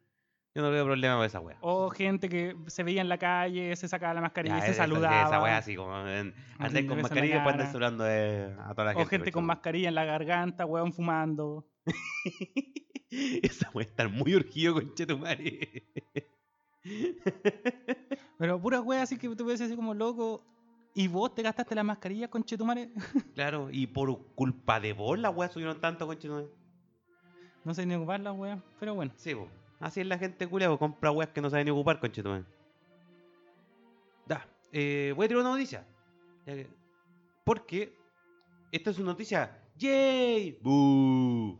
A: Yo no le veo problema con esa weá.
B: O gente que se veía en la calle, se sacaba la mascarilla
A: Ya,
B: y se
A: esa-
B: saludaba.
A: Esa weá así como en- andar
B: te besan
A: con
B: la
A: mascarilla y después andar
B: cara.
A: saludando eh, a toda la
B: o
A: gente.
B: gente, con
A: ¿cachai?
B: mascarilla en la garganta, weón fumando.
A: [LAUGHS] Esa weá estar muy urgido con Chetumare.
B: Pero puras weas así que tú ves así como loco. ¿Y vos te gastaste la mascarilla con Chetumare?
A: Claro, y por culpa de vos las weas subieron tanto con Chetumare.
B: [LAUGHS] no sé ni ocupar la wea, pero bueno.
A: Sí, po. Así es la gente culia, po. compra weas que no sabe ni ocupar con Chetumare. Da, eh, voy a tirar una noticia. Ya que- Porque esta es una noticia. ¡Yay! ¡Boo!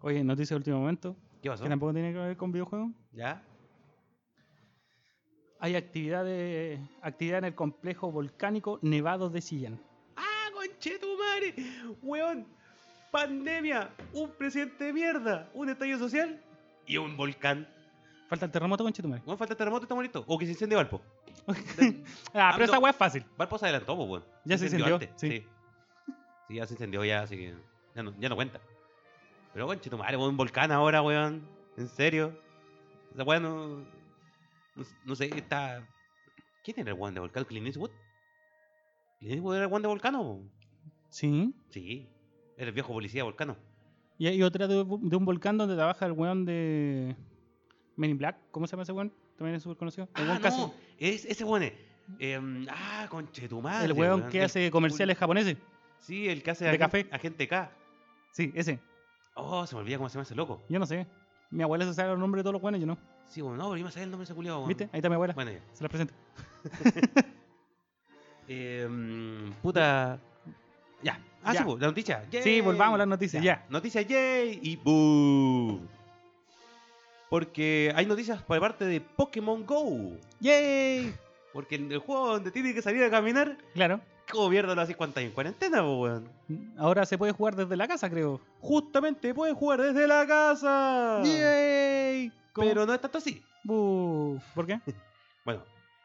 B: Oye, noticia de último momento,
A: ¿Qué pasó?
B: que tampoco tiene que ver con videojuegos.
A: ¿Ya?
B: Hay actividad, de- actividad en el complejo volcánico Nevado de Sillán.
A: ¡Ah, conche tu madre! ¡Weón! ¡Pandemia! ¡Un presidente de mierda! ¡Un estallido social! Y un volcán.
B: Falta el terremoto con Chetumal.
A: Weón, falta este terremoto y está bonito. O que se incendie Valpo.
B: Ah,
A: Ah,
B: pero
A: no.
B: esa weá es fácil.
A: Valpo se adelantó, pues, weón.
B: Ya se incendió,
A: antes,
B: sí.
A: sí. Sí, ya se incendió, ya, así que. Ya no, ya no cuenta. Pero conche tu madre, weón, un volcán ahora, weón. En serio. Esa weón no. No, no sé, está. ¿Quién era el weón de volcán? ¿Clint Eastwood? ¿Clint Eastwood era el weón de volcán o.?
B: Sí.
A: Sí. Era el viejo policía de volcano.
B: Y hay otra de, de un volcán donde trabaja el weón de Men in Black. ¿Cómo se llama ese weón? También es súper conocido. El
A: Ah,
B: weón, que hace-
A: no, es, ese weón es. em, ah, conchetumadre.
B: el weón que hace comerciales japoneses.
A: Sí, el que hace.
B: de
A: agen-
B: café.
A: Agente K.
B: Sí, ese.
A: Oh, se me olvida cómo se llama ese loco.
B: Yo no sé. Mi abuela se sabe los nombres de todos los weones, yo no.
A: Sí, bueno, no, pero yo me sabía el nombre de ese culiao, weón.
B: ¿Viste? Ahí está mi abuela.
A: Oh, Bueno, ya.
B: Se la presento.
A: Em, puta. Ya. Ah,
B: Ya.
A: sí, po, la noticia. Yay.
B: Sí, volvamos a las noticias, ya.
A: Noticia, yay. Y boom. Porque hay noticias por parte de Pokémon Go.
B: ¡Yay!
A: Porque el, el juego donde tienes que salir a caminar,
B: Claro.
A: ¿cómo mierda lo haces cuando estás en cuarentena, po, weón?
B: Ahora se puede jugar desde la casa, creo.
A: Justamente puedes jugar desde la casa.
B: ¡Yay! ¿Cómo?
A: Pero no es tanto así.
B: Bu, ¿Por qué?
A: Bueno,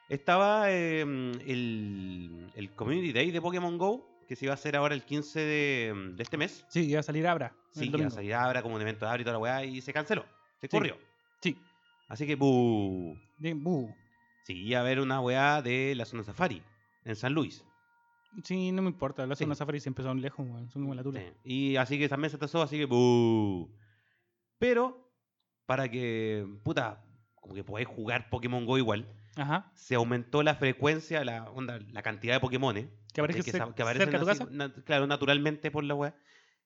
A: estaba eh, el, el Community Day de Pokémon Go, que se iba a hacer ahora el 15 de, de este mes.
B: Sí, iba a salir Abra.
A: Sí,
B: el
A: que iba a
B: domingo.
A: salir ahora como un evento de abril y toda la weá, y se canceló. Se
B: Sí.
A: corrió.
B: Sí.
A: Así que, buh.
B: De- bu.
A: Sí, iba a haber una weá de la zona safari en San Luis.
B: Sí, no me importa. Las
A: Sí.
B: zonas safari siempre son lejos, weón. Son como la tula.
A: Sí. Y así que también se atrasó, así que. ¡bu! Pero, para que. Puta, como que podáis jugar Pokémon Go igual,
B: Ajá.
A: se aumentó la frecuencia, la onda, la cantidad de Pokémones.
B: Que aparece
A: ¿cachai?
B: cer-
A: sa- aparecen
B: cerca de tu
A: así,
B: casa.
A: na- claro, naturalmente por la weá.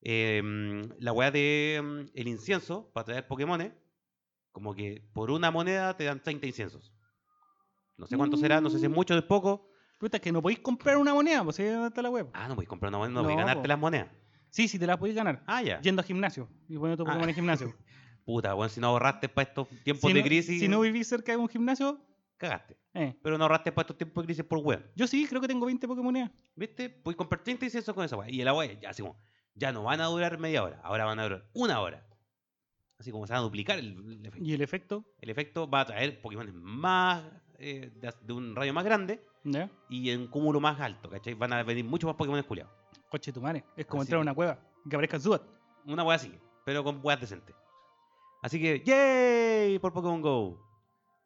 A: Eh, mm, la weá de mm, el incienso, para traer Pokémones, como que por una moneda te dan 30 inciensos. No sé cuánto será, no sé si es
B: Mm.
A: mucho o es poco.
B: Puta, que no podéis comprar una moneda, pues ahí está la web.
A: Ah, no podéis comprar una moneda, no, podéis
B: No,
A: ganarte
B: po.
A: las monedas.
B: Sí, sí, te la podéis ganar.
A: Ah, ya.
B: Yendo al gimnasio. Y poniendo tu
A: Ah.
B: Pokémon en el
A: [LAUGHS]
B: gimnasio.
A: Puta, weón, si no ahorraste para estos tiempos
B: si,
A: de
B: no,
A: crisis,
B: si no vivís cerca de un gimnasio,
A: cagaste.
B: eh.
A: Pero no ahorraste para estos tiempos de crisis por weón.
B: Yo sí, creo que tengo 20 Pokémonedas.
A: ¿Viste? Puedes comprar 30 inciensos con esa weá. Y el agua, ya, así como, ya no van a durar media hora, ahora van a durar una hora. Así como se va a duplicar el, el efecto.
B: Y el efecto,
A: El efecto va a traer Pokémon más. eh, de, de un radio más grande
B: ¿ya?
A: y en cúmulo más alto, ¿cachai? Van a venir muchos más Pokémon culiados.
B: Coche tu madre. Es como
A: Así
B: entrar a
A: que-
B: una cueva. y Que aparezca [LAUGHS] Zubat.
A: Una weá así, pero con weas decentes. Así que, ¡yay! Por Pokémon Go.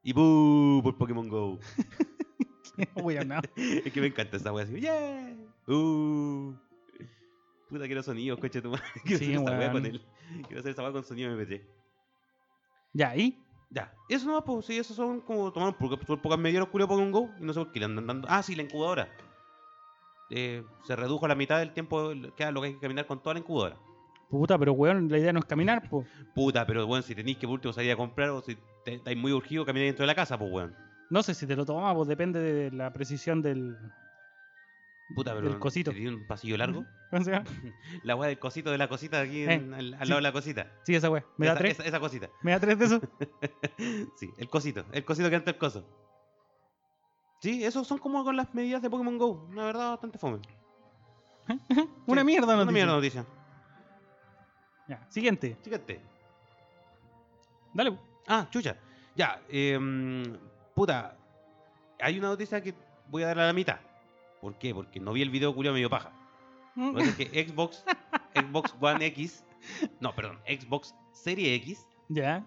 A: Y ¡bu! Por Pokémon Go. [LAUGHS]
B: Voy a hablar.
A: es que me encanta esa wea así. ¡Yay! ¡Uh! Puta, quiero sonidos, coche tu madre. [LAUGHS] Quiero
B: Sí,
A: hacer esa wea
B: weón.
A: con él. Quiero hacer esa wea con sonido MPT.
B: Ya, ahí.
A: Ya, eso no, pues sí, eso son como tomaron poca- son pocas medidas los culiados Pokémon Go y no sé por qué le andan dando. Ah, sí, la incubadora. Eh, se redujo a la mitad del tiempo que a lo que hay que caminar con toda la incubadora.
B: Puta, pero weón, la idea no es caminar, po.
A: Puta, pero bueno, si tenéis que por último salir a comprar o si te- estáis muy urgido caminar dentro de la casa, pues weón.
B: No sé si te lo tomas, pues depende de la precisión del.
A: Puta, pero.
B: Del cosito.
A: si tenéis un pasillo largo.
B: [LAUGHS] ¿Cómo se llama?
A: La weá del cosito de la cosita aquí
B: Eh,
A: en- al, al
B: sí.
A: lado de la cosita.
B: Sí, esa weá. ¿Me da
A: esa,
B: tres?
A: Esa, esa cosita. [LAUGHS]
B: ¿Me da tres de eso?
A: sí, el cosito. El cosito que antes el coso. Sí, eso son como con las medidas de Pokémon Go. La verdad, bastante fome.
B: Una
A: Sí,
B: mierda, no
A: Una mierda noticia.
B: Ya, siguiente.
A: Fíjate.
B: Dale. pues. po.
A: Ah, chucha. Ya, em, puta. Hay una noticia que voy a dar a la mitad. ¿Por qué? Porque no vi el video culiao medio paja. Lo que
B: Mm.
A: pasa es que Xbox, Xbox One X, no, perdón, Xbox Serie X
B: Ya.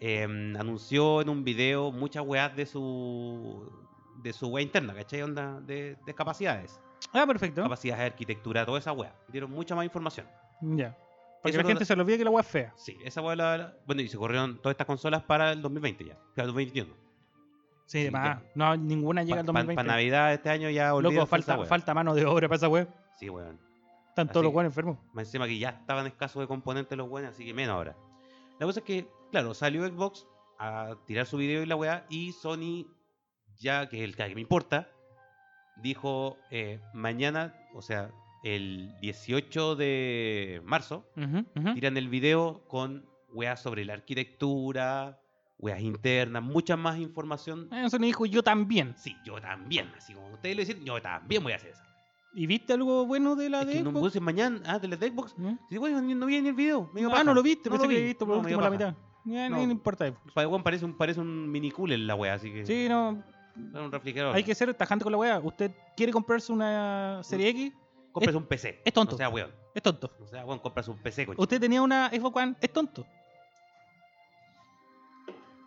A: em, anunció en un video muchas weas de su de su wea interna, ¿cachai? Onda de, de capacidades.
B: Ah, perfecto.
A: Capacidades de arquitectura, toda esa wea. Dieron mucha más información.
B: Ya. Para
A: Eso
B: que la
A: no-
B: gente se lo olvide que la weá es fea.
A: Sí, esa wea la- la- Bueno, y se corrieron todas estas consolas para el 2020 ya. Para el 2021.
B: Sí,
A: Sí,
B: de más.
A: ya.
B: No, ninguna llega al
A: Para
B: 2020.
A: Navidad de este año ya olvídense
B: Loco,
A: esa
B: falta,
A: wea.
B: falta mano de obra para esa weá.
A: Sí, weón.
B: Están
A: Así
B: todos los
A: que-
B: weones enfermos.
A: Más encima que ya estaban escasos de componentes los weones, así que menos ahora. La cosa es que, claro, salió Xbox a tirar su video y la weá, y Sony, ya que es el que me importa, dijo eh, mañana, o sea, el 18 de marzo,
B: Ujú, ujú.
A: tiran el video con weá sobre la arquitectura, weas internas, mucha más información.
B: Ah, Eso me dijo yo también.
A: Sí, yo también, así como ustedes lo dicen, yo también voy a hacer esa.
B: ¿Y viste algo bueno de la
A: Es
B: de
A: que no
B: Xbox?
A: puse mañana, ah, de la de Xbox.
B: ¿Eh?
A: Sí, bueno, ni- no vi en el video. me dio
B: Ah,
A: paja.
B: no lo viste,
A: No
B: pensé
A: lo
B: que
A: vi.
B: había visto por
A: No, me dio
B: último la
A: paja.
B: mitad. Ya,
A: No.
B: no. importa.
A: Pa- weón, parece un, parece un mini cooler la wea, así que.
B: Sí, no.
A: era un refrigerador.
B: Hay que ser tajante con la weá. Usted quiere comprarse una serie X,
A: Compras un PC.
B: es tonto.
A: O sea, weón.
B: es tonto.
A: O sea, weón, compras un PC, coche.
B: Usted tenía una Xbox One, es tonto.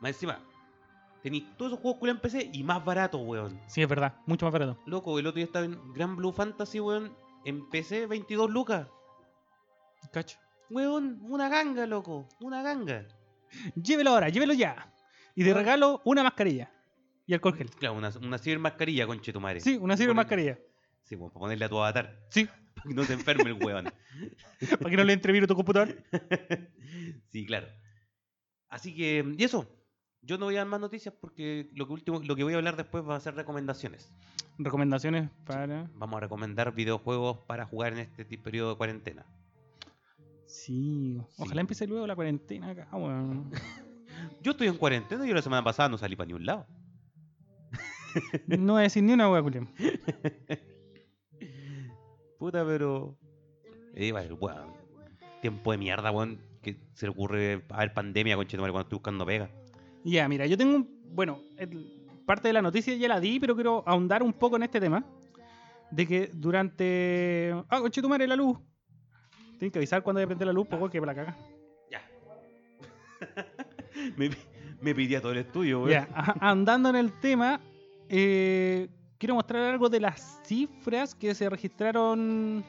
A: Más encima, tenéis todos esos juegos culiados en PC y más barato, weón.
B: Sí, es verdad, mucho más barato.
A: Loco, el otro día estaba en Gran Blue Fantasy, weón. En PC, 22 lucas.
B: Cacho.
A: Weón, una ganga, loco. Una ganga.
B: Llévelo ahora, llévelo ya. Y de
A: Bueno.
B: regalo, una mascarilla. Y alcohol gel.
A: Claro, una, una ciber mascarilla, conche tu madre.
B: Sí, una
A: Para
B: ciber
A: que-
B: mascarilla.
A: Sí, weón, para ponerle a tu avatar. [LAUGHS]
B: Sí,
A: Para que no se enferme el weón.
B: para que no le entre virus a tu computador.
A: [LAUGHS] sí, claro. Así que, y eso. Yo no voy a dar más noticias porque lo que, último, lo que voy a hablar después va a ser recomendaciones.
B: Recomendaciones para.
A: Vamos a recomendar videojuegos para jugar en este ti- periodo de cuarentena.
B: Sí, ojalá empiece luego la cuarentena acá, weón.
A: Yo estoy en cuarentena, yo la semana pasada no salí para ningún lado.
B: No voy a decir ni una weá, Julián.
A: Puta, pero... Eh, bueno, weón, tiempo de mierda, weón. Que se le ocurre haber pandemia, conchetumare, cuando estoy buscando pega.
B: Ya, mira, yo tengo un. Bueno, el- parte de la noticia ya la di, pero quiero ahondar un poco en este tema. De que durante. Ah, conchetumare, la luz. Tienen que avisar cuando voy a prender la luz, porque que para la caga.
A: Ya. [LAUGHS] me, Me pidía todo el estudio, weón.
B: Ya, a- andando en el tema, eh, quiero mostrar algo de las cifras que se registraron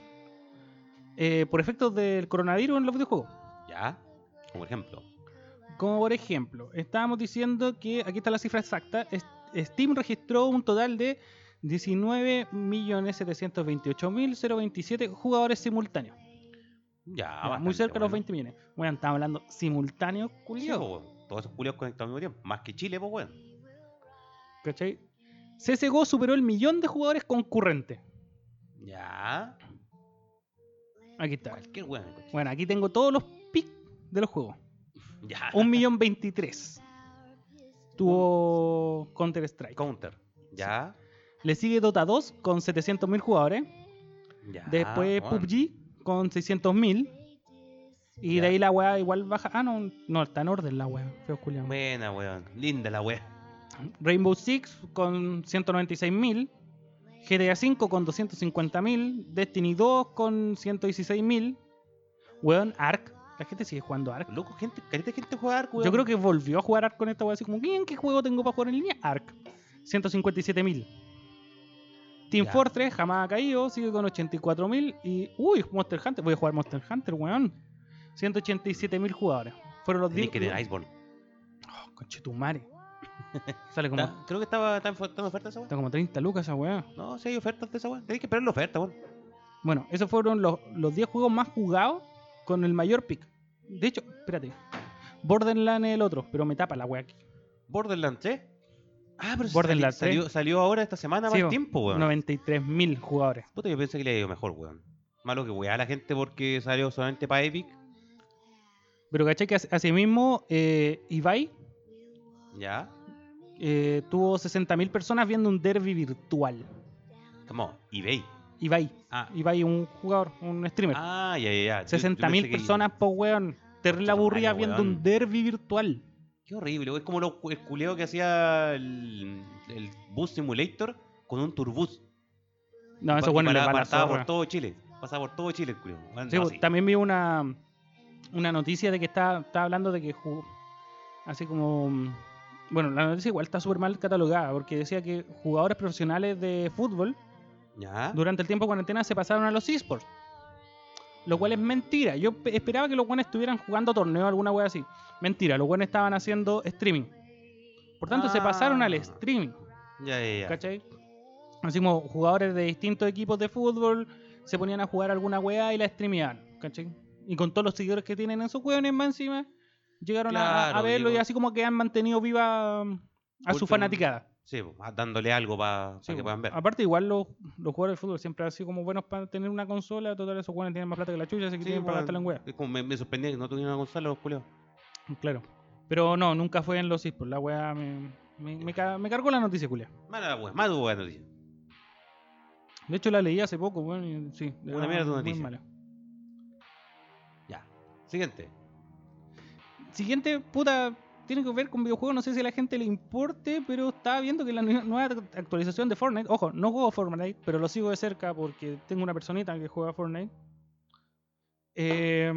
B: eh, por efectos del coronavirus en los videojuegos.
A: Ya. Como ejemplo.
B: Como por ejemplo, estábamos diciendo que, aquí está la cifra exacta, es- Steam registró un total de 19.728.027 jugadores simultáneos.
A: Ya,
B: Ya,
A: Ah, bastante,
B: muy cerca de los
A: weón.
B: 20 millones. Bueno, estamos hablando simultáneos,
A: Sí,
B: culiao.
A: po, weón. Todos esos culiados conectados al mismo tiempo. Más que Chile, pues, weón.
B: ¿Cachai? CSGO superó el millón de jugadores concurrentes.
A: Ya.
B: Aquí está.
A: Cualquier weón. coche.
B: Bueno, aquí tengo todos los pics de los juegos.
A: Ya. [LAUGHS]
B: Un millón veintitrés. Tuvo Counter Strike.
A: Counter. Ya.
B: Le sigue Dota 2 con 700.000 jugadores.
A: Ya.
B: Después
A: weón.
B: PUBG con 600.000. Y
A: Ya.
B: de ahí la weá igual baja. Ah, no, no, está en orden la weá. Feo culiao.
A: Buena, weón. Linda la weá.
B: Rainbow Six con 196.000. GTA V con 250.000. Destiny 2 con 116.000. Weón, Ark. La gente sigue jugando Ark.
A: Loco, gente, carita de gente jugar, weón.
B: Yo creo que volvió a jugar Ark con esta weá, así como, "¿Quién- ¿qué juego tengo para jugar en línea? Ark. 157.000. Team
A: Ya.
B: Fortress jamás ha caído, sigue con 84.000. Y, uy, Monster Hunter, voy a jugar Monster Hunter, weón. 187.000 jugadores. Fueron los
A: Tenés
B: 10.
A: que tener Iceborne.
B: Oh,
A: [LAUGHS]
B: conchetumare. Sale como,
A: Está- Creo que estaba está en fu- está en oferta esa weón.
B: está como 30 lucas esa weá.
A: No, si hay ofertas de esa weón. Tenés que esperar la oferta, weón.
B: Bueno, esos fueron los, los 10 juegos más jugados con el mayor pick. De hecho, espérate. Borderlands es el otro, pero me tapa la wea aquí.
A: Borderlands 3. Ah, pero si
B: Borderlands
A: sali-
B: 3.
A: Salió, salió ahora esta semana
B: Sí,
A: más
B: bo.
A: tiempo, weón.
B: 93.000 jugadores.
A: Puta, yo pensé que le iba a ir mejor, weón. Malo que weá a la gente porque salió solamente para Epic.
B: Pero caché que as- asimismo eh, Ibai
A: Ya.
B: eh, tuvo 60.000 personas viendo un derby virtual.
A: Come on, eBay.
B: Ibai,
A: Ah,
B: Ibai un jugador, un streamer.
A: ah ya, ya, ya. Yo- yo
B: 60.000
A: pensé que-
B: personas, po weón. Terrible
A: Puta
B: aburrida
A: madre,
B: viendo
A: weón.
B: un derby virtual.
A: Qué horrible, weón. Es como lo- el culeo que hacía el, el Bus Simulator con un turbus.
B: No, eso
A: Pa-
B: bueno
A: y
B: le
A: paraba-
B: va la
A: pasaba
B: zorra.
A: por todo Chile. Pasaba por todo Chile el culeo. Weón,
B: Sí,
A: no,
B: pues,
A: sí.
B: También vi una, una noticia de que está, está hablando de que jugó- así como mm, bueno, la noticia igual está súper mal catalogada porque decía que jugadores profesionales de fútbol
A: Ya.
B: durante el tiempo de cuarentena se pasaron a los esports. Lo cual es mentira. Yo pe- esperaba que los buenos estuvieran jugando torneo o alguna wea así. Mentira, los buenos estaban haciendo streaming. Por tanto, se pasaron al
A: Ah.
B: streaming.
A: Ya, ya, ya.
B: ¿Cachai? Así como jugadores de distintos equipos de fútbol se ponían a jugar alguna weá y la streameaban, ¿cachai? Y con todos los seguidores que tienen en sus weones más encima, llegaron a- a- a,
A: Claro,
B: verlo y
A: digo-
B: así como que han mantenido viva mm, a su
A: Cultura.
B: fanaticada.
A: Sí, pues, ah, dándole algo para
B: Sí, pues,
A: que
B: bueno.
A: puedan ver.
B: Aparte, igual los, los jugadores de fútbol siempre han sido como buenos para tener una consola. Total, esos jugadores tienen más plata que la chucha, así que
A: Sí,
B: tienen para
A: weón.
B: gastarla en wea.
A: Es como me, me sorprendía que no tuviera una consola los culeos.
B: Claro. Pero no, nunca fue en los esports. La wea me, me, me ca- me cargó la noticia, culia.
A: Mala la wea, mala wea noticia.
B: De hecho, la leí hace poco, weón. y Sí, de
A: Una
B: verdad,
A: mierda de
B: muy
A: noticia.
B: mala.
A: Ya. Siguiente.
B: Siguiente, puta, tiene que ver con videojuegos. No sé si a la gente le importe, pero estaba viendo que la nu- nueva act- actualización de Fortnite. Ojo, no juego Fortnite, pero lo sigo de cerca porque tengo una personita que juega Fortnite. Eh,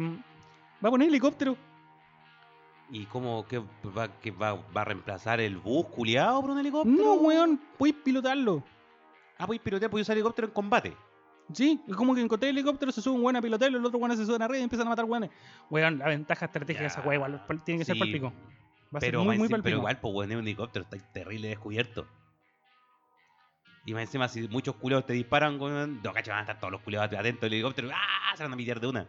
B: va a poner helicóptero.
A: ¿Y cómo que va, que va, va a reemplazar el bus culiado por un helicóptero?
B: No, weón, puedes pilotarlo.
A: Ah, pues pilotear, puedes usar helicóptero en combate.
B: Sí, es como que encontré el helicóptero, se sube un weón a pilotarlo, el otro weón se sube a la red y empiezan a matar weones. Weón, la ventaja estratégica de esa weá igual pal- tiene que ser
A: Sí,
B: palpico. Va a ser
A: Pero,
B: muy,
A: más
B: muy
A: encima- pero
B: palpico.
A: igual, pues bueno, es un helicóptero, está terrible descubierto. Y más encima, si muchos culeados te disparan, weón, no cacho, van a estar todos los culeados atentos del helicóptero. ¡Ah! Se van a pillar de una.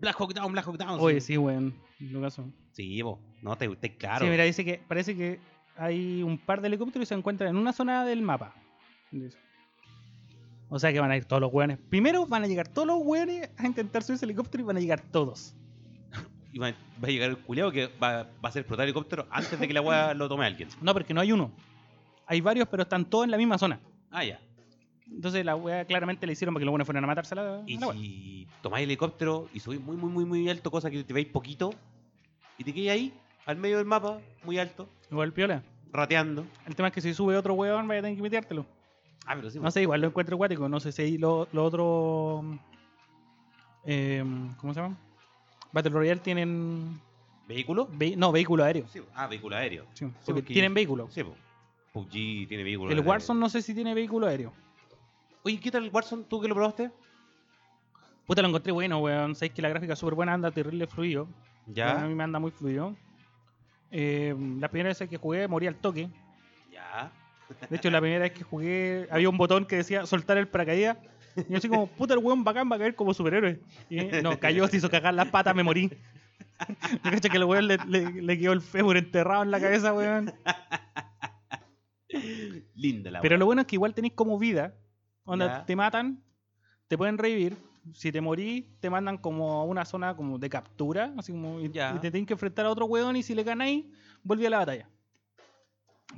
A: Black Hawk Down, Black Hawk Down.
B: Oye,
A: sí.
B: sí, weón, en todo caso.
A: Sí, vos. No, te, te claro.
B: Sí, mira, dice que parece que hay un par de helicópteros y se encuentran en una zona del mapa. Dice. O sea que van a ir todos los weones. Primero van a llegar todos los weones a intentar subir ese helicóptero y van a llegar todos.
A: Y va, va a llegar el culeado que va, va a hacer explotar el helicóptero antes de que la
B: [LAUGHS]
A: weá lo tome alguien.
B: No, porque no hay uno. Hay varios, pero están todos en la misma zona.
A: Ah, ya.
B: Entonces la wea claramente le hicieron para que los buenos fueran a matarse a la, a
A: Y
B: la wea.
A: si tomáis helicóptero y subís muy, muy, muy, muy alto, cosa que te veis poquito, y te quedáis ahí, al medio del mapa, muy alto,
B: Igual piola.
A: rateando.
B: El tema es que si sube otro weón, vaya a tener que metiértelo.
A: Ah, pero sí.
B: No sé, igual lo encuentro acuático. No sé si ahí lo, lo em, otro. eh, ¿Cómo se llama? Battle Royale tienen
A: ¿Vehículo?
B: Ve- no, vehículo aéreo.
A: Sí, ah, vehículo aéreo.
B: Sí, porque
A: porque
B: tienen
A: yo-
B: vehículo.
A: Sí, po. PUBG tiene vehículo.
B: El
A: aéreo.
B: Warzone no sé si tiene vehículo aéreo.
A: Oye, ¿qué tal el Warzone? ¿Tú que lo probaste?
B: Puta, lo encontré bueno, weón. Sabéis que la gráfica es súper buena, anda terrible fluido. A
A: Ya.
B: mí me anda muy fluido. Eh, la primera vez que jugué morí al toque.
A: Ya.
B: De hecho, la primera vez que jugué había un botón que decía soltar el paracaídas. Y yo así como, puta, el weón bacán va a caer como superhéroe. Y no, cayó, se hizo cagar las patas, me morí. [LAUGHS] Me cacha que el weón le, le- le quedó el fémur enterrado en la cabeza, weón.
A: Ah, Linda la
B: Pero
A: wea.
B: lo bueno es que igual tenéis como vida. Onda,
A: Ya.
B: te matan, te pueden revivir. Si te morís, te mandan como a una zona como de captura. Así como, y,
A: Ya.
B: y te tienen que enfrentar a otro weón y si le ganáis, volví a la batalla.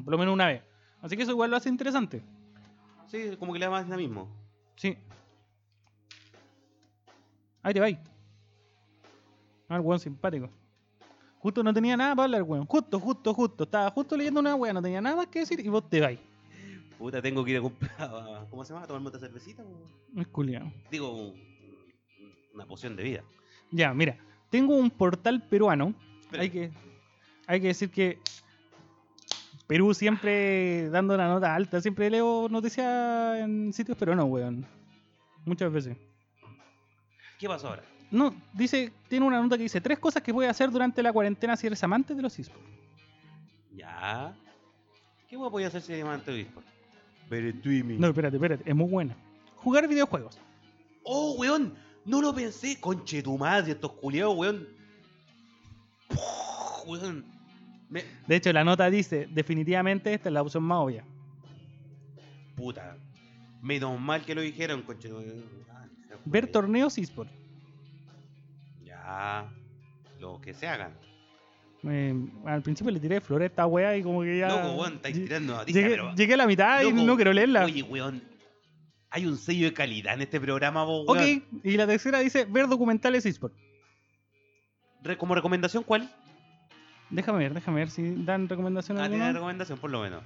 B: Por lo menos una vez. Así que eso igual lo hace interesante.
A: Sí, como que le da más dinamismo.
B: Sí. Ahí te vais. Ah, el weón simpático. Justo no tenía nada para hablar, weón. Justo, justo, justo. Estaba justo leyendo una weón, no tenía nada más que decir y vos te vais.
A: Puta, tengo que ir a comprar. [LAUGHS] ¿Cómo se llama? ¿A tomarme otra cervecita? o?
B: Es culiao.
A: Digo, un- una poción de vida.
B: Ya, mira. Tengo un portal peruano.
A: Espera.
B: Hay que, hay que decir que Perú siempre dando la nota alta. Siempre leo noticias en sitios peruanos, weón. Muchas veces.
A: ¿Qué pasó ahora?
B: No, dice, tiene una nota que dice tres cosas que puedes hacer durante la cuarentena si eres amante de los esports.
A: Ya. ¿Qué voy a poder hacer si llaman a Discord? Pero streaming.
B: No, espérate, espérate, es muy buena. Jugar videojuegos.
A: ¡Oh, weón! No lo pensé. Conche tu madre, estos culiados, weón. Puf, weón. Me...
B: De hecho, la nota dice, definitivamente esta es la opción más obvia.
A: Puta. Menos mal que lo dijeron, conche tu Ah,
B: Ver torneos esports.
A: eh, Ya. Lo que se hagan.
B: Eh, al principio le tiré flores a esta wea y como que ya...
A: Loco, weón, estáis tirando noticias,
B: Llegué,
A: pero.
B: llegué a la mitad y
A: Loco,
B: no quiero leerla.
A: Oye, weón. Hay un sello de calidad en este programa, vos,
B: ok,
A: weón.
B: y la tercera dice, ver documentales esports.
A: Re- Como recomendación, ¿cuál?
B: Déjame ver, déjame ver si dan recomendación
A: Ah, tiene
B: alguna.
A: recomendación, por lo menos.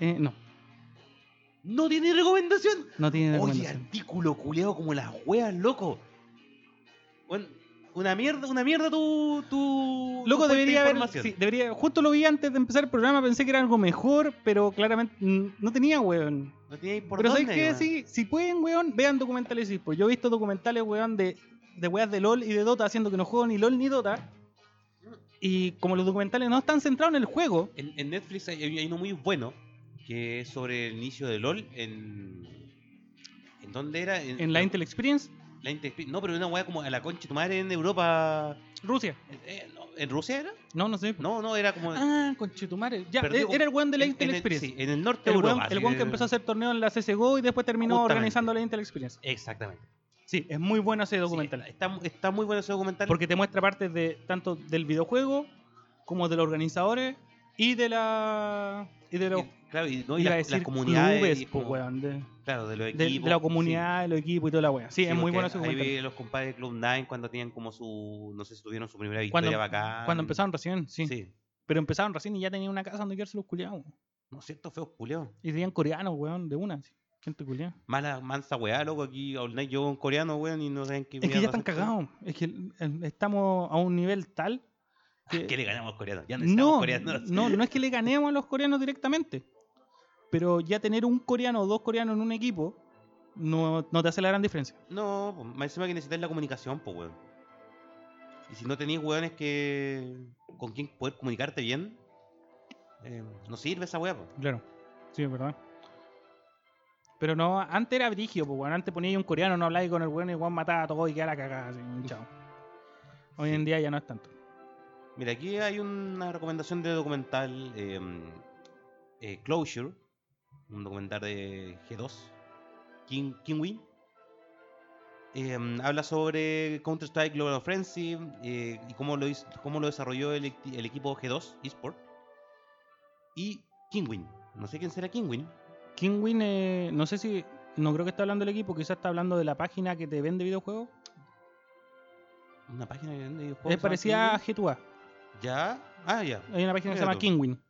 B: Eh, no,
A: ¡No tiene recomendación!
B: no tiene
A: Oye,
B: recomendación.
A: artículo culeado como las weas, loco. Weón, una mierda, una mierda tu. tu
B: Loco,
A: tu fuente de
B: debería haber.
A: información.
B: sí, debería, justo lo vi antes de empezar el programa, pensé que era algo mejor, pero claramente mm, no tenía, weón.
A: No tiene por
B: Pero
A: dónde,
B: ¿sabéis qué?
A: weón.
B: Sí, si pueden, weón, vean documentales y pues yo he visto documentales, weón, de, de weas de LOL y de Dota, haciendo que no juego ni LOL ni Dota. Y como los documentales no están centrados en el juego,
A: En, en Netflix hay, hay uno muy bueno que es sobre el inicio de LOL en. ¿En dónde era?
B: en la Intel Experience,
A: la Intel- No, pero una wea como a la concha de tu madre en Europa.
B: Rusia.
A: Eh, eh, no, ¿En Rusia era?
B: No, no sé.
A: No, no, era como.
B: Ah, conchetumare. Ya,
A: Perdió
B: eh,
A: con-
B: era el weón de la
A: en-
B: Intel
A: en el-
B: Experience.
A: sí, en el norte
B: El
A: de
B: weón,
A: Europa.
B: el
A: así
B: weón
A: que-
B: que empezó a hacer torneo en la CSGO y después terminó
A: Justamente.
B: organizando la Intel Experience.
A: Exactamente.
B: Sí, es muy bueno ese documental.
A: Sí, está, está muy bueno ese documental.
B: Porque te muestra partes de tanto del videojuego como de los organizadores y de la y de los
A: Y- claro, y, no, y
B: iba a
A: las-
B: decir
A: las comunidades.
B: clubes,
A: y
B: po,
A: como-
B: weón, de,
A: Claro, de los
B: de- de
A: equipos.
B: la
A: sí.
B: comunidad, de los equipos y toda la weá.
A: Sí,
B: Sí, es muy
A: porque
B: bueno ese
A: Ahí
B: documental.
A: vi los compadres de Club Nine cuando tenían como su. No sé si tuvieron su primera victoria
B: Cuando-
A: bacán.
B: Cuando empezaron recién, sí.
A: Sí.
B: Pero empezaron recién y ya tenían una casa donde quedarse los culiados.
A: No es cierto, feos culeos.
B: Y tenían coreanos, weón, de una. sí. Gente culiada.
A: Mala, mansa weá, loco. Aquí All Night yo un coreano, weón, y no saben qué.
B: Es que ya
A: mierda
B: están
A: hacer.
B: cagados. Es que eh, estamos a un nivel tal que...
A: ¿Qué Ah, le ganamos a los coreanos? Ya necesitamos
B: No,
A: coreanos.
B: no, no es que le ganemos a los coreanos directamente. Pero ya tener un coreano o dos coreanos en un equipo no, no te hace la gran diferencia.
A: [LAUGHS] No, pues, más encima que necesitas la comunicación, pues, weón. Y si no tenéis weones que. con quien poder comunicarte bien, eh, no sirve esa weá, pues.
B: Claro. Sí, es verdad. Pero no, antes era brigio, pues, weón. Antes ponía un coreano, no hablaba con el weón y el weón mataba a todo y quedaba la cagada. Así,
A: Mm.
B: chao. Hoy en día ya no es tanto.
A: Mira, aquí hay una recomendación de documental eh, eh, Closure, un documental de G2, King, King Win. Eh, habla sobre Counter-Strike Global Offensive eh, y cómo lo, hiz- cómo lo desarrolló el, equi- el equipo G2 eSport y Kingwin. No sé quién será Kingwin.
B: Kingwin, eh, no sé si. No creo que está hablando del equipo, quizás está hablando de la página que te vende videojuegos.
A: Una página de videojuegos. que se
B: Es
A: llama
B: parecida a
A: Kingwin.
B: G2A.
A: Ya. Ah, ya.
B: Hay una página que
A: Mira
B: se llama
A: tú.
B: Kingwin.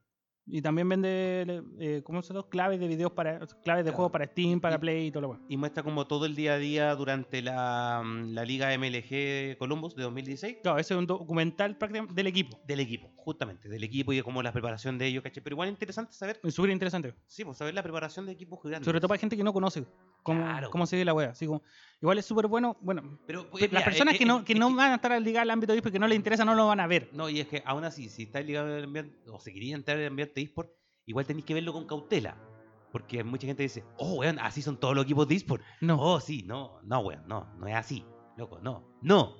B: Y también vende, eh, ¿cómo se llama? Claves de videos para, claves de
A: Claro.
B: juegos para Steam, para
A: Y-
B: Play y todo lo demás.
A: Y muestra como todo el día a día durante la, la Liga MLG Columbus de 2016
B: Claro, ese es un documental prácticamente del equipo.
A: del equipo, justamente, del equipo y de como la preparación de ellos, ¿cachai? Pero igual interesante saber,
B: Es súper interesante.
A: sí, pues saber la preparación de equipos grandes.
B: Sobre todo para gente que no conoce cómo,
A: Claro.
B: cómo se ve la wea. Así como, igual es súper bueno. Bueno,
A: Pero, pues,
B: las
A: mira,
B: personas
A: eh,
B: que
A: eh,
B: no, que
A: es
B: no van a estar ligadas al ámbito de eSport, que no les interesa, no lo van a ver.
A: No, y es que aún así, si estáis ligado al ambiente, o si queréis entrar al ambiente eSport, igual tenéis que verlo con cautela. Porque mucha gente dice, oh, weón, así son todos los equipos de eSport.
B: No.
A: Oh, sí, no, no, weón, no, no es así, loco, no, no,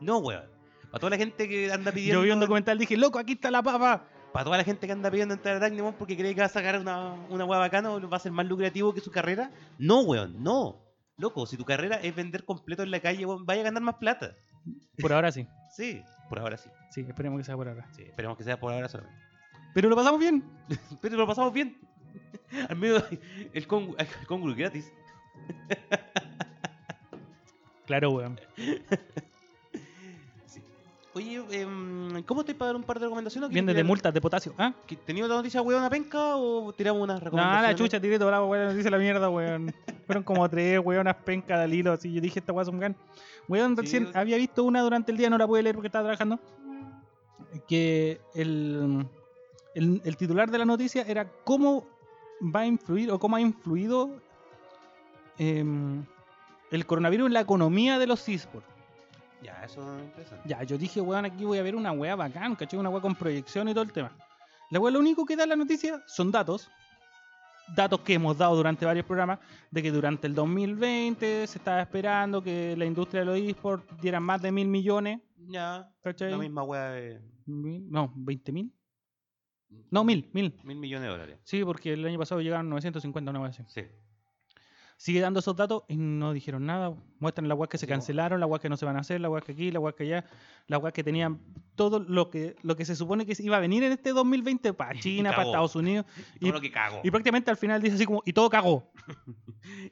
A: no, weón. Para toda la gente que anda pidiendo.
B: Yo vi un documental dije, loco, aquí está la papa.
A: Para toda la gente que anda pidiendo entrar a Dynamon porque cree que va a sacar una, una hueá bacana o va a ser más lucrativo que su carrera. No, weón, no. Loco, si tu carrera es vender completo en la calle, weón, vaya a ganar más plata.
B: Por ahora sí.
A: Sí, por ahora sí.
B: Sí, esperemos que sea por ahora.
A: sí esperemos que sea por ahora solamente.
B: Pero lo pasamos bien.
A: Pero lo pasamos bien. [LAUGHS] Al menos [LAUGHS] el Congo el Congo es gratis.
B: Claro, weón.
A: Sí. Oye, em, ¿cómo te para dar un par de recomendaciones?
B: Viene de multas de potasio. ¿Ah?
A: ¿Tenías otra noticia, weón, penca o tiramos unas
B: No,
A: recomendaciones?
B: la chucha, tiré toda la weón, dice la mierda, weón. Fueron como tres weonas pencas al hilo, así yo dije, esta weá es un gan. Weón,
A: Sí,
B: recién
A: o sea.
B: había visto una durante el día, no la pude leer porque estaba trabajando. Que el, el, el titular de la noticia era cómo va a influir o cómo ha influido em, el coronavirus en la economía de los esports.
A: Ya, eso es interesante.
B: Ya, yo dije, weón, aquí voy a ver una weá bacán, ¿cachai? Una weá con proyección y todo el tema. La weá, lo único que da la noticia son datos. Datos que hemos dado durante varios programas de que durante el 2020 se estaba esperando que la industria de los esports diera más de mil millones,
A: Ya,
B: ¿cachai?
A: la misma weá de
B: Mil- No, 20 mil. No, mil, mil.
A: mil millones de dólares.
B: Sí, porque el año pasado llegaron 950, una weá así.
A: Sí.
B: Sigue dando esos datos y no dijeron nada. Muestran las weas que se
A: Sí, po.
B: cancelaron, las weas que no se van a hacer, las weas que aquí, las weas que allá, las weas que tenían todo lo que, lo que se supone que iba a venir en este 2020
A: [LAUGHS]
B: para China, para
A: cagó.
B: Estados Unidos.
A: Y todo lo que cago.
B: Y prácticamente al final dice así como, y todo cagó.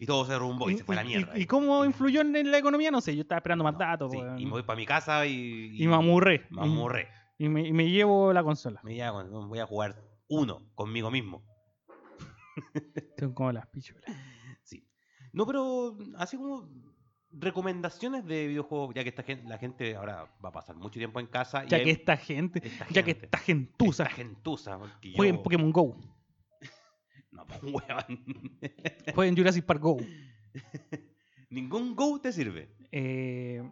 A: Y todo se rumbó y, se fue a la
B: y-
A: mierda. eh.
B: y, cómo influyó en la economía? No sé, yo estaba esperando más datos.
A: Sí,
B: weón.
A: Y me voy para mi casa y.
B: Y me amurré.
A: Me amurré.
B: Y, me, y me llevo la consola.
A: Me llevo- voy a jugar uno conmigo mismo.
B: Son como las pichuelas.
A: Sí. No, pero así como recomendaciones de videojuegos, ya que esta gen- la gente ahora va a pasar mucho tiempo en casa. y
B: Ya
A: hay-
B: que esta gente,
A: esta
B: ya que
A: gente,
B: esta gentuza,
A: esta gentuza, porque yo-
B: jueguen Pokémon GO,
A: No, pues, weón. [LAUGHS]
B: jueguen Jurassic Park GO.
A: Ningún Go te sirve.
B: Eh...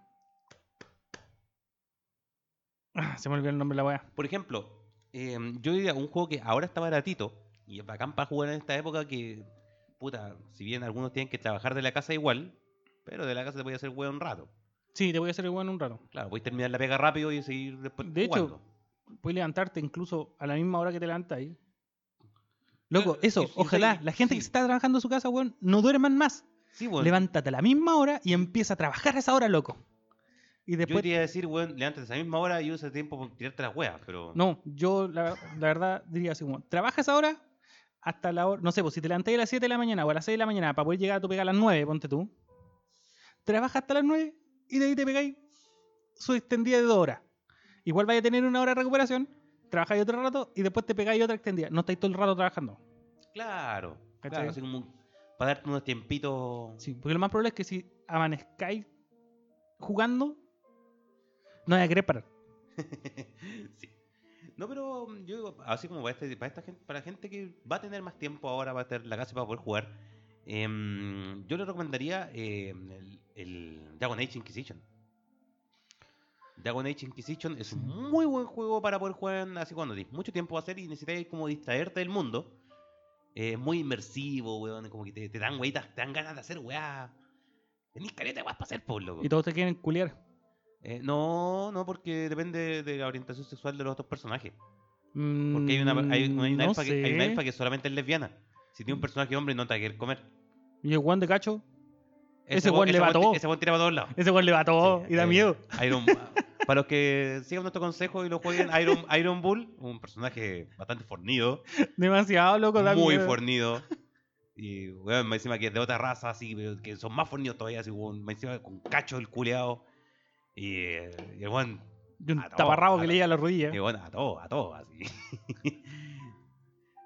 B: ah, se me olvidó el nombre de la weá.
A: Por ejemplo, eh, yo diría un juego que ahora está baratito y es bacán para jugar en esta época que, puta, si bien algunos tienen que trabajar de la casa igual, pero de la casa te voy a hacer weón un rato.
B: Sí, te voy a hacer el weón en un rato.
A: Claro, voy a terminar la pega rápido y seguir después
B: De hecho,
A: jugando.
B: Puedes levantarte incluso a la misma hora que te levantas ahí. Loco,
A: Claro,
B: eso,
A: es que
B: ojalá
A: soy-
B: la gente que
A: sí.
B: se está trabajando en su casa, weón, no duerman más.
A: sí, weón.
B: Levántate a la misma hora y empieza a trabajar a esa hora, loco. Y
A: Yo
B: después.
A: te iba a decir, weón, levántate a esa misma hora y usa tiempo para tirarte las weas, pero.
B: No, yo la, la verdad diría así como: trabajas ahora hasta la hora. No sé, pues si te levantas a las 7 de la mañana o a las 6 de la mañana para poder llegar a tu pega a las 9, ponte tú. Trabaja hasta las 9 y de ahí te pegáis su extendida de 2 horas. Igual vais a tener una hora de recuperación, trabajáis otro rato y después te pegáis otra extendida. No estáis todo el rato trabajando.
A: Claro.
B: ¿Cachai?
A: Claro, así como un- para darte unos tiempitos.
B: Sí, porque lo más probable es que si amanezcáis jugando, no vais a querer parar.
A: [LAUGHS] Sí. No, pero mm, yo digo, así como para, este- para esta gente, para gente que va a tener más tiempo ahora, va a estar en la casa y va a poder jugar, em, yo le recomendaría em, el, el Dragon Age Inquisition. Dragon Age Inquisition es un muy buen juego para poder jugar en- así cuando tienes mucho tiempo va a hacer y necesitas como distraerte del mundo. Eh, Es muy inmersivo, weón, como que te, te dan weitas, te dan ganas de hacer weá. Tenís caleta de weas para hacer, por loco.
B: Y todos te quieren culiar.
A: Eh, no, no, porque depende de la orientación sexual de los otros personajes. Porque hay una,
B: Mm,
A: hay una- hay una elfa, que, hay una elfa que solamente es lesbiana. Si tiene un personaje hombre, no te va a querer comer.
B: Y el guan de cacho, Ese
A: weón-
B: weón le va
A: weón-
B: a todo.
A: Ese weón tira para todos lados.
B: ese guan le va a todo
A: Sí,
B: y da
A: eh,
B: miedo.
A: Iron-
B: [LAUGHS]
A: para los que sigan nuestro consejo y lo jueguen, Iron, Iron Bull, un personaje bastante fornido,
B: Demasiado loco, da
A: muy
B: miedo.
A: fornido. Y weón, más encima que es de otra raza, así, pero que son más fornidos todavía, así, weón, más encima con cacho el culeado. Y, eh, y el weón
B: Y un
A: Ah, no,
B: taparrabo
A: ah,
B: que
A: no.
B: le llega a la rodilla.
A: Y bueno, a todo, a todo, así. [LAUGHS]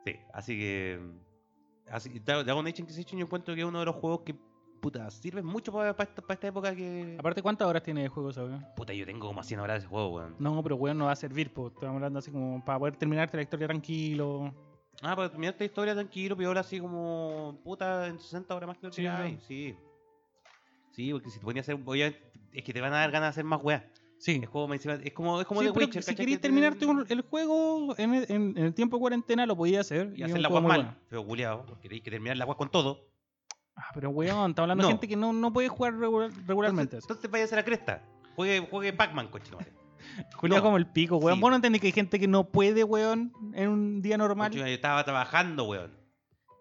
A: Sí, así que. Así, Dra- Dragon Age Inquisition yo encuentro que es uno de los juegos que, puta, sirve mucho para, esta, pa' esta época que.
B: Aparte, ¿cuántas horas tiene de juego esa weá?
A: Puta, yo tengo como 100 horas de ese juego, weón.
B: No, pero weón no va a servir, pues. Estamos hablando así como para poder terminarte la historia tranquilo.
A: Ah, para terminar esta historia tranquilo, piola, así como. Puta, en 60 horas más que lo
B: Sí,
A: que hay, sí. Sí, porque si te ponías a hacer. obviamente, es que te van a dar ganas de hacer más weas.
B: Sí.
A: Es como, encima- es como, es como
B: Sí,
A: The
B: pero
A: Witcher,
B: si
A: ¿cachai?
B: queréis
A: Que-
B: terminarte un- el juego en el, en- en el tiempo de cuarentena, lo podías hacer.
A: Y
B: es
A: hacer
B: un
A: la
B: juego
A: wea
B: muy
A: mal,
B: bueno.
A: pero culiado, porque hay que terminar la wea con todo.
B: Ah, pero weón, estamos hablando de
A: No.
B: gente que no, no puede jugar regular- regularmente.
A: Entonces, entonces váyase a la cresta. Juegue, juegue Pac-Man, cochinote.
B: Julia
A: no.
B: como el pico, weón.
A: Sí.
B: Vos no entendés que hay gente que no puede, weón, en un día normal.
A: Yo estaba trabajando, weón.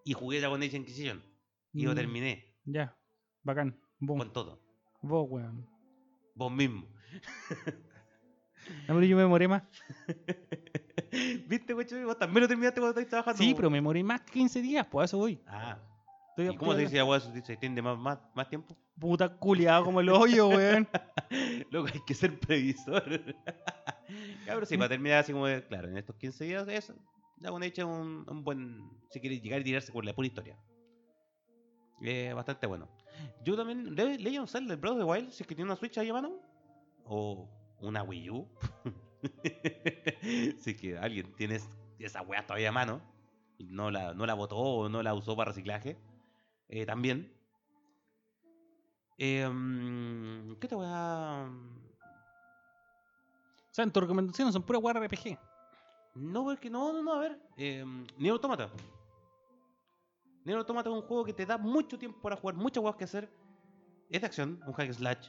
A: Y jugué Dragon Age Inquisition. Y lo
B: Mm,
A: terminé.
B: Ya, bacán. Vos,
A: Con todo.
B: vos weón.
A: Vos mismo. [LAUGHS]
B: No, pero yo me demoré más.
A: ¿Viste, cochinote? Vos también lo terminaste cuando estáis trabajando.
B: Sí,
A: weón.
B: pero me demoré más que 15 días, pues a eso voy.
A: Ah.
B: Estoy
A: ¿Y cómo se
B: estoy-
A: dice la weá? ¿Se extiende más, más, más tiempo?
B: Puta culiado como el
A: [LAUGHS]
B: hoyo, weón.
A: Loco, hay que ser previsor. [LAUGHS] ya, pero sí, para terminar así como, de- claro, en estos 15 días, eso. Dragon Age es un, un buen. Si quieres llegar y tirarse con la pura historia. Eh, bastante bueno. Yo también. Le- Legend of Zelda, el Breath of the Wild, si es que tiene una Switch ahí a mano. O una Wii U. [LAUGHS] si es que alguien tiene es- esa weá todavía a mano. Y no la, no la botó o no la usó para reciclaje. eh, también. Eh, mm, ¿Qué te voy a.?
B: O sea, en tus recomendaciones son pura weón RPG.
A: No, porque no, no, no, a ver. Eh, Nier Automata. Nier Automata es un juego que te da mucho tiempo para jugar, muchas cosas que hacer. Es de acción, un hack and slash.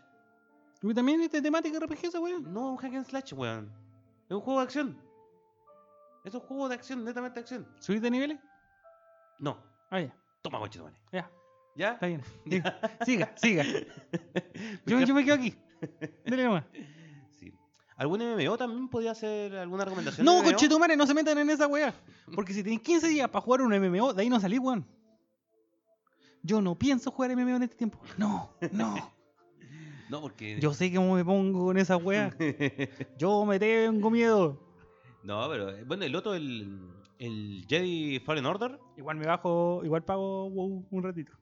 B: Y también esta temática RPG esa weón.
A: No, un hack and slash, weón. Es un juego de acción. Es un juego de acción, netamente de acción.
B: ¿Subís de niveles?
A: No,
B: Ah, ya,
A: toma, conchetumare.
B: ya,
A: ¿Ya? [LAUGHS]
B: está bien. Diga, siga, siga. Yo, yo me quedo aquí. Dele
A: [LAUGHS]
B: nomás.
A: Sí. ¿Algún MMO también podía hacer alguna recomendación? de
B: No,
A: MMO?
B: conchetumare, no se metan en esa weá. Porque si tenés 15 días para jugar un MMO, de ahí no salís, weón. Yo no pienso jugar MMO en este tiempo. No,
A: [LAUGHS]
B: no.
A: No, porque.
B: Yo sé cómo me pongo en esa weá. Yo me tengo miedo.
A: [LAUGHS] no, pero. eh, Bueno, el otro, el, el Jedi Fallen Order.
B: Igual me bajo, igual pago WoW un ratito.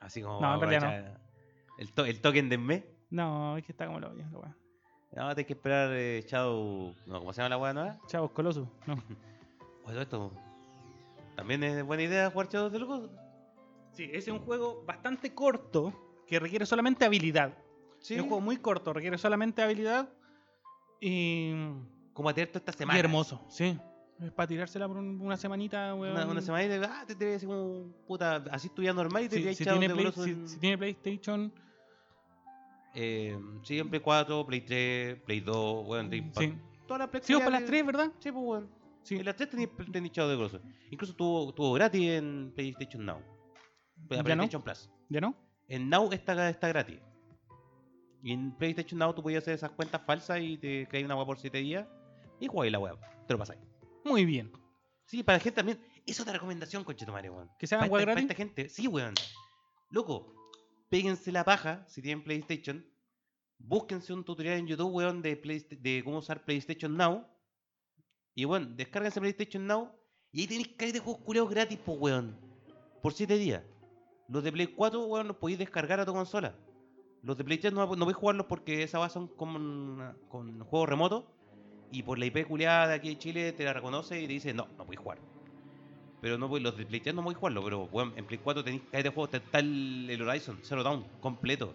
A: Así como.
B: No,
A: para
B: en realidad
A: aprovechar El, to- el token de E. mes.
B: No, es que está como la olla, la weá.
A: No, tenés que esperar eh, Shadow. No, ¿Cómo se llama la hueá nueva?
B: Chavos, coloso. No.
A: Oye, esto. También es buena idea jugar Shadow de Locos.
B: Sí, ese es un juego bastante corto que requiere solamente habilidad.
A: Sí.
B: Es un juego muy corto, requiere solamente habilidad y,
A: Como a esta
B: y
A: semana.
B: hermoso, sí. Es para tirársela por un- una semanita, weón.
A: Una, una semana y te, ah, te tiré así como. Puta, así tu vida normal y te
B: Si-
A: tiras
B: si,
A: Shadow de
B: tiene Play-
A: Locos.
B: si- si tiene PlayStation,
A: Eh, sí, en Play 4, Play 3, Play 2, weón.
B: sí.
A: Bueno, Todas las Play
B: Sí, vos para las tres, ¿verdad?
A: Sí, pues weón.
B: Sí.
A: En las tres tenías tenías Shadow de Locos. Incluso tuvo, tuvo gratis en PlayStation Now.
B: Ya
A: Pues,
B: no.
A: PlayStation Plus.
B: ¿Ya no?
A: En Now está, está gratis. Y en PlayStation Now tú podías hacer esas cuentas falsas y te creas una web por 7 días. Y jugáis la web. Te lo pasáis.
B: Muy bien.
A: Sí, para la gente también. Es otra recomendación, conchetumare, weón.
B: ¿Que se hagan
A: Para
B: web
A: esta- para
B: gratis?
A: esta gente. Sí, weón. Loco, péguense la paja si tienen PlayStation. Búsquense un tutorial en YouTube, weón, de, Playst- de cómo usar PlayStation Now. Y, weón, descárguense PlayStation Now. Y ahí tenéis caer de juegos culeados gratis, pues, weón. Por 7 días. Los de Play 4, weón, los podéis descargar a tu consola. Los de Play 3 no, no podéis jugarlos porque esa base son con, con juegos remotos. Y por la IP culeada de aquí de Chile te la reconoce y te dice, no, no podéis jugar. Pero no podéis- los de Play 3 no podéis jugarlo, pero weón, en Play 4 tenéis caer de juegos. Está está el, el Horizon, Zero Down, completo.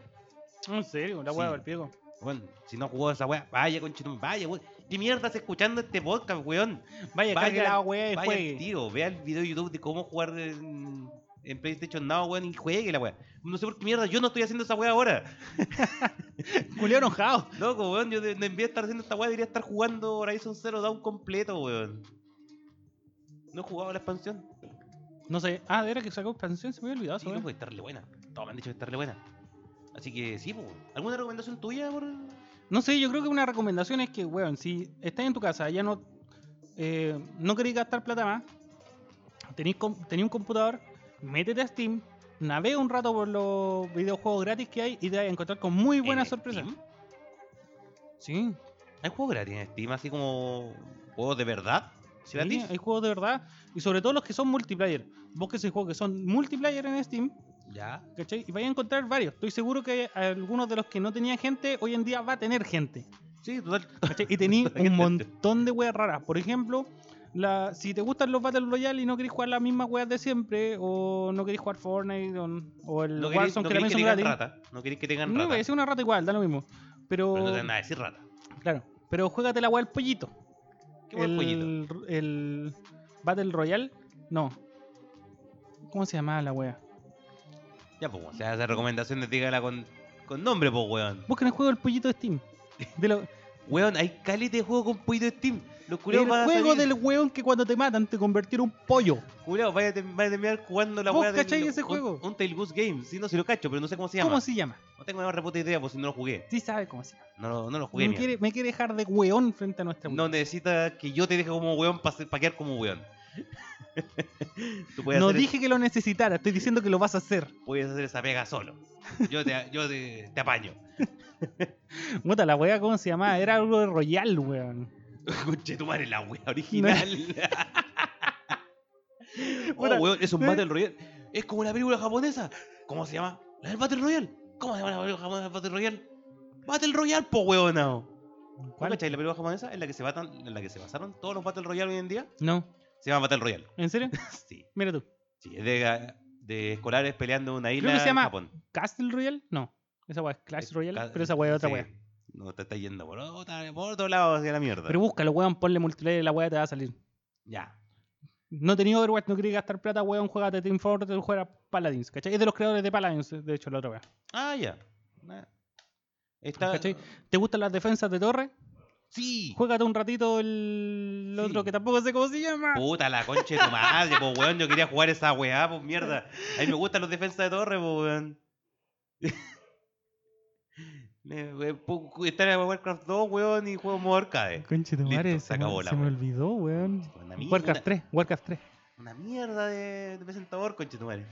B: En serio, la
A: Sí.
B: hueá del piego.
A: Weón, si no jugó esa weá, vaya conchitón, vaya, weón. ¿Qué mierda estás escuchando este podcast, weón? Vaya-
B: Vaya, cargue la hueá y
A: Vaya
B: Eh, juegue.
A: al tiro, vea el video de YouTube de cómo jugar en, en PlayStation Now, weón, y juegue la weá. No sé por qué mierda, yo no estoy haciendo esa weá ahora.
B: Culeo enojado.
A: Loco, weón, yo de- en vez de estar haciendo esta weá, debería estar jugando Horizon Zero Dawn completo, weón. No he jugado la expansión.
B: No sé. Ah, de verdad que sacó expansión, se me había olvidado.
A: Ah, Sí,
B: esa
A: no
B: weá.
A: puede estarle buena. Todos me han dicho que estarle buena. Así que sí, pues. ¿Alguna recomendación tuya por.?
B: No sé, yo creo que una recomendación es que, weón, si estás en tu casa, ya no, eh, no queréis gastar plata más, tenéis com- tenéis un computador, métete a Steam, navega un rato por los videojuegos gratis que hay y te vas a encontrar con muy buenas
A: ¿En
B: sorpresas.
A: Steam?
B: Sí,
A: ¿Hay juegos gratis en Steam? Así como. ¿Juegos de verdad?
B: Sí,
A: ¿Gratis?
B: hay juegos de verdad. Y sobre todo los que son multiplayer. Busquen juegos que son multiplayer en Steam.
A: Ya.
B: ¿Cachai? Y vais a encontrar varios. Estoy seguro que algunos de los que no tenían gente, hoy en día va a tener gente.
A: Sí, total.
B: ¿Cachai?
A: [LAUGHS]
B: Y tenéis
A: Gente.
B: un montón de weas raras. Por ejemplo, la, si te gustan los Battle Royale y no queréis jugar las mismas weas de siempre, o no queréis jugar Fortnite, o, o el
A: No queréis
B: Warzone
A: no
B: que también
A: queréis que
B: son
A: tengan
B: gratis.
A: rata. No queréis que tengan
B: No,
A: rata.
B: es una rata igual, da lo mismo. Pero,
A: Pero no te van a decir rata.
B: claro, pero juégate la wea del pollito.
A: Qué buen pollito.
B: el, el Battle Royale, no. ¿Cómo se llamaba la wea?
A: Ya, pues, o sea, esas recomendaciones dígala con, con nombre, pues, weón.
B: Busquen el juego del pollito de
A: [LAUGHS]
B: Steam. De lo-
A: Weón, hay caleta de juego con pollito de Steam. Los
B: el
A: culiados van a
B: juego
A: salir-
B: del weón que cuando te matan te convirtió en un pollo.
A: Culeado, vaya, a ter- vaya a terminar jugando la
B: ¿Vos
A: weá del-
B: cacháis ese
A: un-
B: juego?
A: Un Tail Goose Game. Sí, no, si lo cacho, pero no sé cómo se llama.
B: ¿Cómo se llama?
A: No tengo la reputa idea, pues si no lo jugué.
B: Sí sabe cómo se llama.
A: No, lo- no lo jugué,
B: Me
A: mierda.
B: quiere, me quiere dejar de weón frente a nuestra
A: No
B: weón.
A: necesita que yo te deje como weón para quedar como weón. [LAUGHS] Tú
B: No,
A: puedes, hacer,
B: dije que lo necesitara, estoy diciendo que lo vas a hacer.
A: puedes hacer esa pega solo. Yo te, yo te, te apaño.
B: Muta, la wea, ¿cómo se llamaba? Era algo de Royal, weón.
A: [LAUGHS] Conche tu madre, la wea [LAUGHS] original. oh,
B: Puta,
A: weón, es un
B: ¿eh?
A: Battle Royale. Es como la película japonesa. ¿Cómo se llama? La del Battle Royale. ¿Cómo se llama la película japonesa del Battle Royale? Battle Royale, po weón. ¿Cuál?
B: ¿Cuál?
A: ¿Cachai? La película japonesa en la que se batan, en la que se basaron todos los Battle Royale hoy en día.
B: No,
A: Se llama Battle Royale. [LAUGHS]
B: ¿en serio?
A: Sí.
B: Mira tú.
A: Sí, es de, ah, de escolares peleando en una isla
B: que se llama
A: en Japón.
B: ¿Castle Royal? No. Esa wea es Clash Royale,
A: Ca-
B: pero esa wea es otra
A: sí.
B: wea.
A: No, te está yendo por, otra, por otro lado hacia la mierda.
B: Pero búscalo, weón, ponle multiplayer y la wea te va a salir.
A: Ya.
B: No tenía Overwatch, no quería gastar plata, weón, juega de Team Fortress, juega Paladins, ¿cachai? Es de los creadores de Paladins, de hecho, la otra wea.
A: Ah, ya. Ah. Está...
B: ¿Cachai? ¿Te gustan las defensas de torre?
A: Sí.
B: Juégate un ratito el
A: Sí.
B: otro que tampoco sé cómo se llama.
A: Puta la concha de tu madre, po, weón. Yo quería jugar esa weá, pues mierda. A mí me gustan los defensas de torre, po, weón. [LAUGHS] Me- we- pu- eh, cu- Estar en Warcraft 2, weón, y juego en modo arcade.
B: Conche tu
A: Listo,
B: madre,
A: se
B: se,
A: acabó
B: me,
A: la
B: se me
A: wea.
B: olvidó, weón.
A: Una, mi-
B: Warcraft
A: una-
B: 3, Warcraft 3.
A: una mierda de, de presentador, concha de tu madre.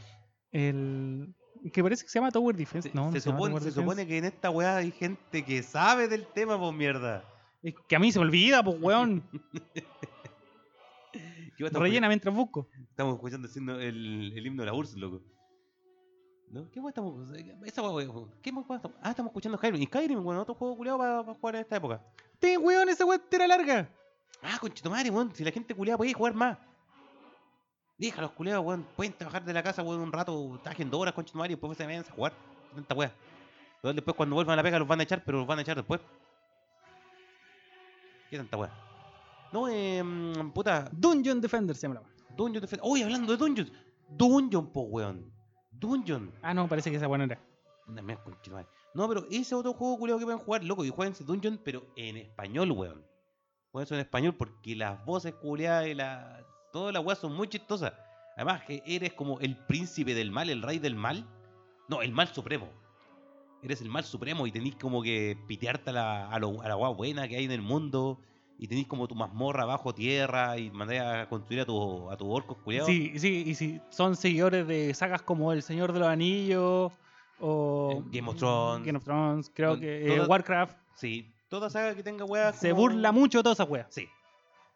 B: El que parece que se llama Tower Defense.
A: Se,
B: Pues, no, no
A: se
B: llama
A: supone,
B: Tower
A: se
B: Defense.
A: supone que en esta weá hay gente que sabe del tema, pues mierda.
B: Es que a mí se me olvida, pues,
A: [LAUGHS]
B: weón.
A: Yo hasta-
B: Rellena mientras busco.
A: Estamos escuchando haciendo el, el himno de la URSS, loco. ¿No? ¿Qué weá estamos? Esa weá, weá, ¿Qué weá estamos? Ah, estamos escuchando Skyrim. Y Skyrim, bueno, otro juego culiado para, jugar en esta época.
B: Te, weón, esa weón era larga.
A: Ah, conchetumare, weón. Si la gente culiada podía jugar más. Déjalos, culiados, weón. Pueden trabajar de la casa, weón, un rato. Trajen dos horas, conchetumare, y después se vayan a jugar. Tanta weá. Total, Después, cuando vuelvan a la pega, los van a echar, pero los van a echar después. ¿Qué tanta weá? No, eh. mm, Puta.
B: Dungeon Defender se llama. la wea.
A: Dungeon Defender. Oye, hablando de Dungeons. Dungeon, po, weón. Dungeon.
B: Ah, no, parece que esa weón era.
A: Una mea conchetumare. No, pero ese otro juego culiado que pueden jugar, loco, y jueguense Dungeon, pero en español, weón. Jueguense en español porque las voces culiadas y la. Todas las weas son muy chistosas. Además, que eres como el príncipe del mal, el rey del mal. No, el mal supremo. Eres el mal supremo y tenés como que pitearte a la, a lo- a la wea buena que hay en el mundo. Y tenés como tu mazmorra bajo tierra y mandás a construir a tus a tu orcos culiados.
B: Sí, sí, y si son seguidores de sagas como El Señor de los Anillos o
A: Eh, Game of Thrones.
B: Game of Thrones, creo
A: Con
B: que eh,
A: toda-
B: Warcraft
A: Sí, toda saga que tenga weas.
B: se
A: como-
B: burla mucho de todas esas weas.
A: Sí.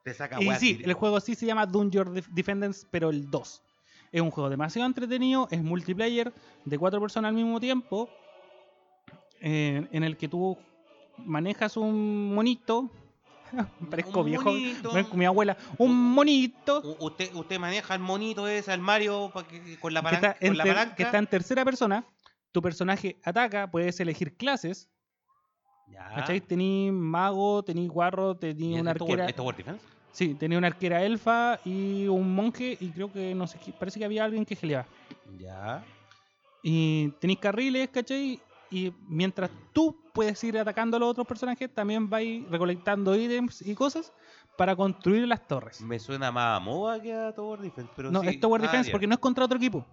A: Te saca
B: Y
A: weas
B: sí,
A: tira-
B: el juego sí se llama Dungeon Def- Defenders, pero el 2. Es un juego demasiado entretenido, es multiplayer, de cuatro personas al mismo tiempo, en, en el que tú manejas un monito. [LAUGHS] Parezco
A: Un
B: viejo,
A: monito.
B: parezco mi abuela. Un monito
A: U- Usted, usted maneja el monito ese, al Mario, pa' que- con la
B: que
A: palanca.
B: está, en
A: con la
B: ter-
A: palanca.
B: que está en tercera persona. Tu personaje ataca, puedes elegir clases.
A: Ya.
B: ¿Cachai? Tení mago, tení guarro, tení
A: ¿Y
B: una
A: Ah. esto-
B: arquera.
A: esto War Defense?
B: Sí, tenía una arquera elfa y un monje y creo que no sé, qué- parece que había alguien que geleaba.
A: Ya.
B: Y tenéis carriles, ¿cachai? Y mientras tú puedes ir atacando a los otros personajes, también vais recolectando ítems y cosas para construir las torres.
A: Me suena más a MOBA que a Tower Defense. Pero
B: No,
A: sí.
B: es Tower
A: Ah,
B: Defense
A: ya.
B: porque no es contra otro equipo.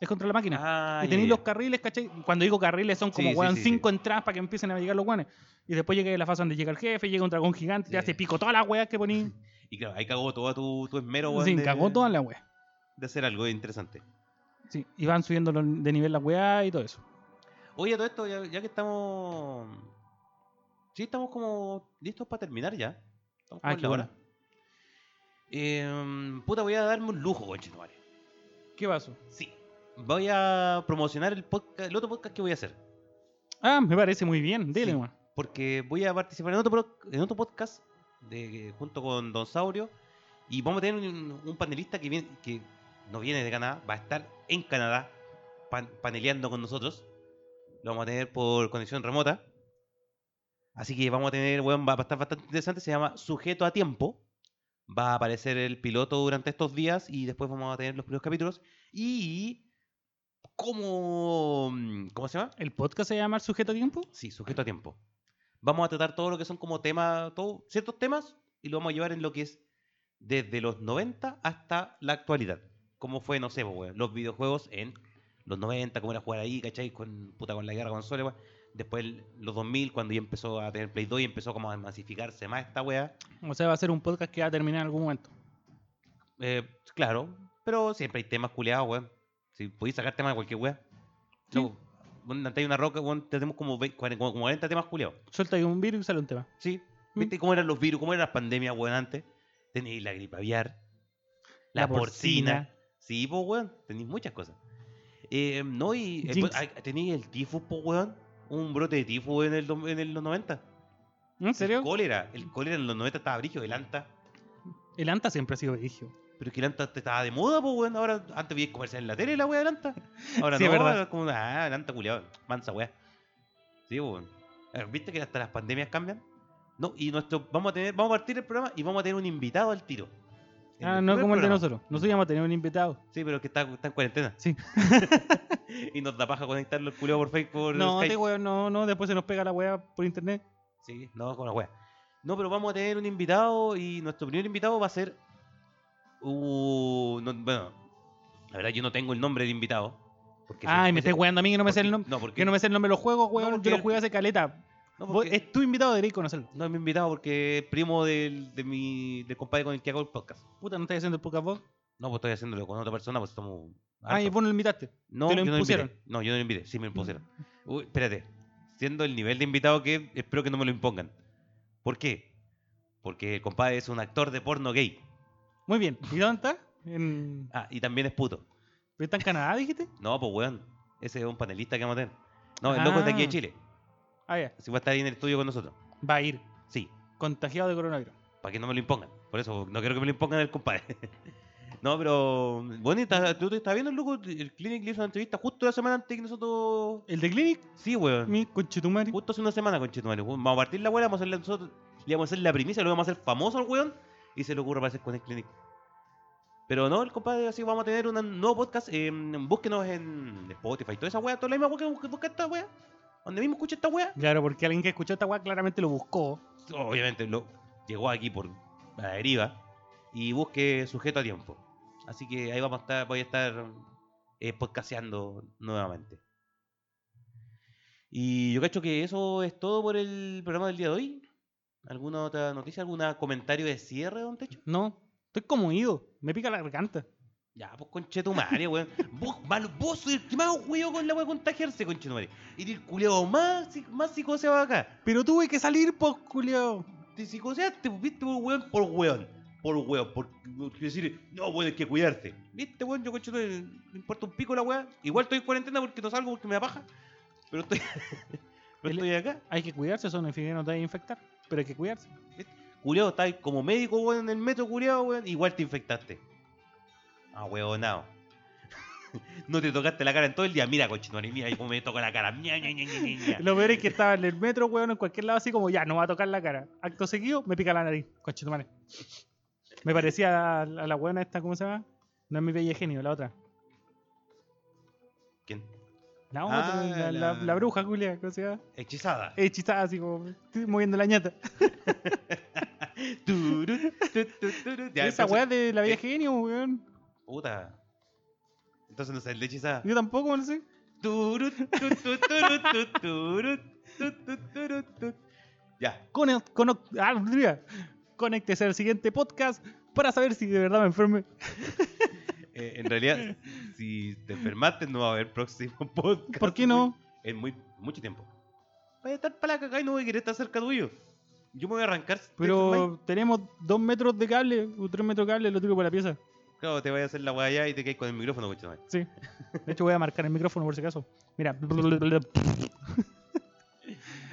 B: Es contra la máquina.
A: Ah,
B: y tenéis
A: ya,
B: los
A: ya.
B: carriles, ¿cachai? Cuando digo carriles son como,
A: Sí, sí,
B: weón,
A: sí,
B: cinco entradas para que empiecen a llegar los guanes. Y después llega la fase donde llega el jefe, llega un dragón gigante, te
A: Sí.
B: hace pico todas las weas que poní.
A: Y claro, ahí cagó todo tu, tu esmero, weón,
B: Sí,
A: de-
B: cagó todas las weas.
A: De hacer algo interesante.
B: Sí, y van subiendo los- de nivel las weas y todo eso.
A: Oye, todo esto, ya, ya que estamos. Sí, estamos como listos para terminar ya. Estamos como
B: Ah,
A: en
B: qué
A: la
B: bueno.
A: hora. Eh, puta, voy a darme un lujo, conchetumare.
B: ¿Qué pasó?
A: Sí. Voy a promocionar el podcast, el otro podcast que voy a hacer.
B: Ah, me parece muy bien. Dile,
A: Sí.
B: weón.
A: Porque voy a participar en otro, pro- en otro podcast de, junto con Don Saurio. Y vamos a tener un, un panelista que, viene, que no viene de Canadá, va a estar en Canadá pan- paneleando con nosotros. Lo vamos a tener por conexión remota. Así que vamos a tener, weón, va a estar bastante interesante. Se llama Sujeto a Tiempo. Va a aparecer el piloto durante estos días y después vamos a tener los primeros capítulos. Y. ¿Cómo. ¿Cómo se llama?
B: ¿El podcast se llama El Sujeto a Tiempo?
A: Sí, sujeto a tiempo. Vamos a tratar todo lo que son como temas, todo, ciertos temas, y lo vamos a llevar en lo que es desde los 90 hasta la actualidad. Como fue, no sé, pues, weón, los videojuegos en los 90, cómo era jugar ahí, ¿cachai? Con, puta, con la guerra de consolas, weón. Después el- los 2000, cuando ya empezó a tener Play 2 y empezó como a masificarse más esta weá.
B: O sea, va a ser un podcast que va a terminar en algún momento.
A: Eh, claro, pero siempre hay temas culeados, weón. Si podéis sacar temas de cualquier weá.
B: Sí.
A: No, weón, ante hay una roca, weón, tenemos como, ve- cuaren- como 40 temas culeados.
B: Suelta ahí un virus y sale un tema.
A: Sí.
B: Mm.
A: ¿Viste cómo eran los virus? ¿Cómo eran las pandemias, weón, antes? Tenéis la gripe aviar, la,
B: La
A: porcina.
B: porcina.
A: Sí, pues, weón. Tenéis muchas cosas. Eh, no, y eh,
B: Jinx.
A: pues, ah, tenéis el tifus, pues, weón. Un brote de tifus en, el, dom- en el- los 90.
B: ¿En serio?
A: El cólera. El cólera en los 90 estaba brillo, el anta.
B: El Anta siempre ha sido vigio.
A: Pero es que el anta te estaba de moda, pues, weón. Ahora, antes vi comercial en la tele, la weá del anta. Ahora
B: [LAUGHS] Sí,
A: no,
B: es verdad.
A: ahora es como una, ah, el anta culiado. Mansa weá. Sí, pues, weón. Eh, ¿Viste que hasta las pandemias cambian? No, y nuestro, vamos a tener, vamos a partir el programa y vamos a tener un invitado al tiro. En
B: Ah,
A: el
B: no
A: primer
B: como el de
A: programa.
B: nosotros. Nosotros íbamos a tener un invitado.
A: Sí, pero que está, está en cuarentena.
B: Sí.
A: [LAUGHS] y nos da paja conectarlo el culiado por Facebook, por
B: No,
A: Skype.
B: te weón, no, no, después se nos pega la weá por internet.
A: Sí, no, con la wea. No, pero vamos a tener un invitado y nuestro primer invitado va a ser. Uh, no- bueno, la verdad yo no tengo el nombre del invitado. porque
B: Ay,
A: ese-
B: Ah, me
A: ese-
B: estás weando a mí que no me sé el
A: porque-
B: nombre.
A: No, porque,
B: Que no me sé el nombre de los juegos,
A: No,
B: weón.
A: porque
B: Yo los
A: el-
B: jugué hace caleta.
A: no,
B: Vos-
A: porque-
B: Es tu invitado, deberías conocerlo.
A: no es mi invitado porque es primo del, de mi, del compadre con el que hago el podcast.
B: Puta, no estás haciendo el podcast vos.
A: No, pues estoy haciéndolo con otra persona, pues estamos. hartos.
B: Ay, Ah, vos no lo invitaste.
A: no,
B: te lo
A: yo no invité.
B: impusieron. Mm.
A: No, yo no lo invité, sí me lo impusieron. Uy, espérate, siendo el nivel de invitado que espero que no me lo impongan. ¿Por qué? Porque el compadre es un actor de porno gay.
B: Muy bien. ¿Y dónde está? En...
A: Ah, y también es puto.
B: ¿Está en Canadá, dijiste?
A: No, pues weón. Ese es un panelista que vamos a tener. No, el loco es de aquí de
B: Ah.
A: Chile.
B: Ah, ya.
A: Si va a estar ahí en el estudio con nosotros.
B: Va a ir.
A: Sí,
B: Contagiado de coronavirus.
A: para que no me lo impongan. Por eso, no quiero que me lo impongan el compadre. [LAUGHS] no, pero. Bueno, y está- tú te estás viendo, loco. El Clinic le hizo una entrevista justo la semana antes que nosotros.
B: ¿El de Clinic?
A: Sí, weón.
B: Mi conchetumare.
A: Justo hace una semana, conchetumare. weón. Vamos a partir la weá, vamos a hacerle nosotros. Le vamos a hacer la primicia, lo vamos a hacer famoso al weón. Y se le ocurre aparecer con el Clinic. Pero no, el compadre, así vamos a tener un nuevo podcast. eh, búsquenos en Spotify y toda esa weá, toda la misma weá que busca- busca esta weá. Donde mismo escucha esta weá.
B: Claro, porque alguien que escuchó esta weá claramente lo buscó.
A: Obviamente lo, llegó aquí por la deriva. Y busque sujeto a tiempo. Así que ahí vamos a estar, voy a estar eh, podcasteando nuevamente. Y yo cacho que eso es todo por el programa del día de hoy. ¿Alguna otra noticia? ¿Algún comentario de cierre, don Techo?
B: No, estoy como ido. Me pica la garganta.
A: Ya, pues conchetumare, weón. Vos, malo, vos sois el que más huevo con la weá de contagiarse, conchetumare. Y el culeado más, psic- más psicoseado acá.
B: Pero tuve que salir, pues, culiao.
A: Te psicoseaste, pues, viste, por weón, por weón. Por weón, por, por decir, no, weón, hay que cuidarse. Viste, weón, yo conchetumare, me importa un pico la weá. Igual estoy en cuarentena porque no salgo porque me da paja. Pero estoy, [LAUGHS] pero
B: El-
A: estoy acá.
B: Hay que cuidarse, son enfermedades no te vas a infectar. Pero hay que cuidarse.
A: Culeado, estás como médico, weón, en el metro, culeado, weón. Igual te infectaste. Ah, huevonao. [LAUGHS] no te tocaste la cara en todo el día. Mira, conchetumare, mira cómo me toco la cara. Ña, Ña, Ña, Ña, Ña, Ña.
B: [LAUGHS] Lo peor es que estaba en el metro, weón, en cualquier lado, así como ya, no va a tocar la cara. Acto seguido, me pica la nariz. Conchetumare. Me parecía a, a la buena esta, ¿cómo se llama? No es mi bella genio, la otra.
A: ¿Quién?
B: La
A: Ah,
B: otra, la, la-
A: la-
B: la bruja, Julia, ¿cómo se llama?
A: Hechizada.
B: Hechizada, así como moviendo la ñata.
A: Turu, tu, tu, turu. Ya,
B: Esa
A: entonces-
B: weá de la bella
A: eh.
B: genio, weón.
A: Puta. Entonces no sé, el de hechizada.
B: Yo tampoco, no sé.
A: Turu, tu, tu, turu, tu, turu, tu, tu, turu, tu. Ya.
B: Con el, con, ah, mira. conéctese al siguiente podcast para saber si de verdad me [LAUGHS] enferme.
A: eh, en realidad, si te enfermaste, no va a haber próximo [LAUGHS] podcast.
B: ¿Por qué no?
A: en muy, mucho tiempo. Vaya a estar para la cagada y no voy a querer estar cerca tuyo. Yo me voy a arrancar. ¿te enfermáis?
B: Pero tenemos dos metros de cable, o tres metros de cable, lo tiro por la pieza.
A: Claro, te voy a hacer la weá allá y te caes con el micrófono, coche madre.
B: Sí. De hecho, voy a marcar el micrófono por si acaso. Mira. [LAUGHS]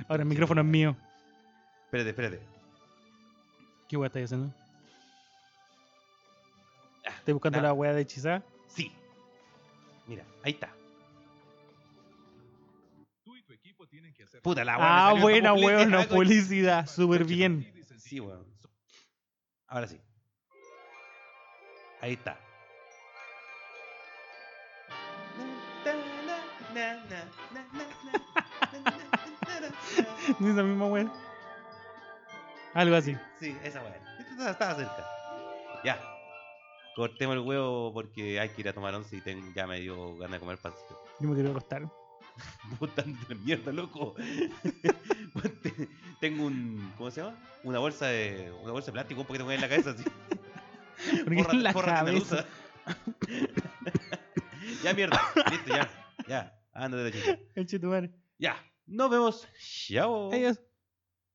B: Ahora el micrófono es mío.
A: Espérate, espérate.
B: ¿Qué weá estás haciendo? Estoy buscando
A: nada.
B: la weá de hechizar.
A: Sí. Mira, ahí está.
C: Tú y tu equipo tienen que hacer
A: Puta la weá. me
B: Ah,
A: salió esa
B: buena
A: completa, [LAUGHS]
B: weón, no,
A: coño.
B: publicidad. Súper bien.
A: Sí, weón. Ahora sí. Ahí está.
B: [LAUGHS] Es la misma weá. Algo así.
A: Sí, esa weá. Estaba, estaba cerca. Ya. Cortemos el huevo porque hay que ir a tomar once y ten- ya me dio ganas de comer [LAUGHS] pancito.
B: Yo me quiero acostar.
A: Puta de la mierda, loco. [LAUGHS] Te- Tengo un. ¿Cómo se llama? Una bolsa de. Una bolsa de plástico, un poquito con en la cabeza
B: [LAUGHS]
A: así.
B: Porque
A: Fórrate-
B: la
A: fórrate
B: cabeza.
A: Neruda. [LAUGHS] ya, mierda. Listo, ya. Ya. Ándate la chica.
B: El chetumare.
A: Ya. Nos vemos. Chao.
B: Adiós.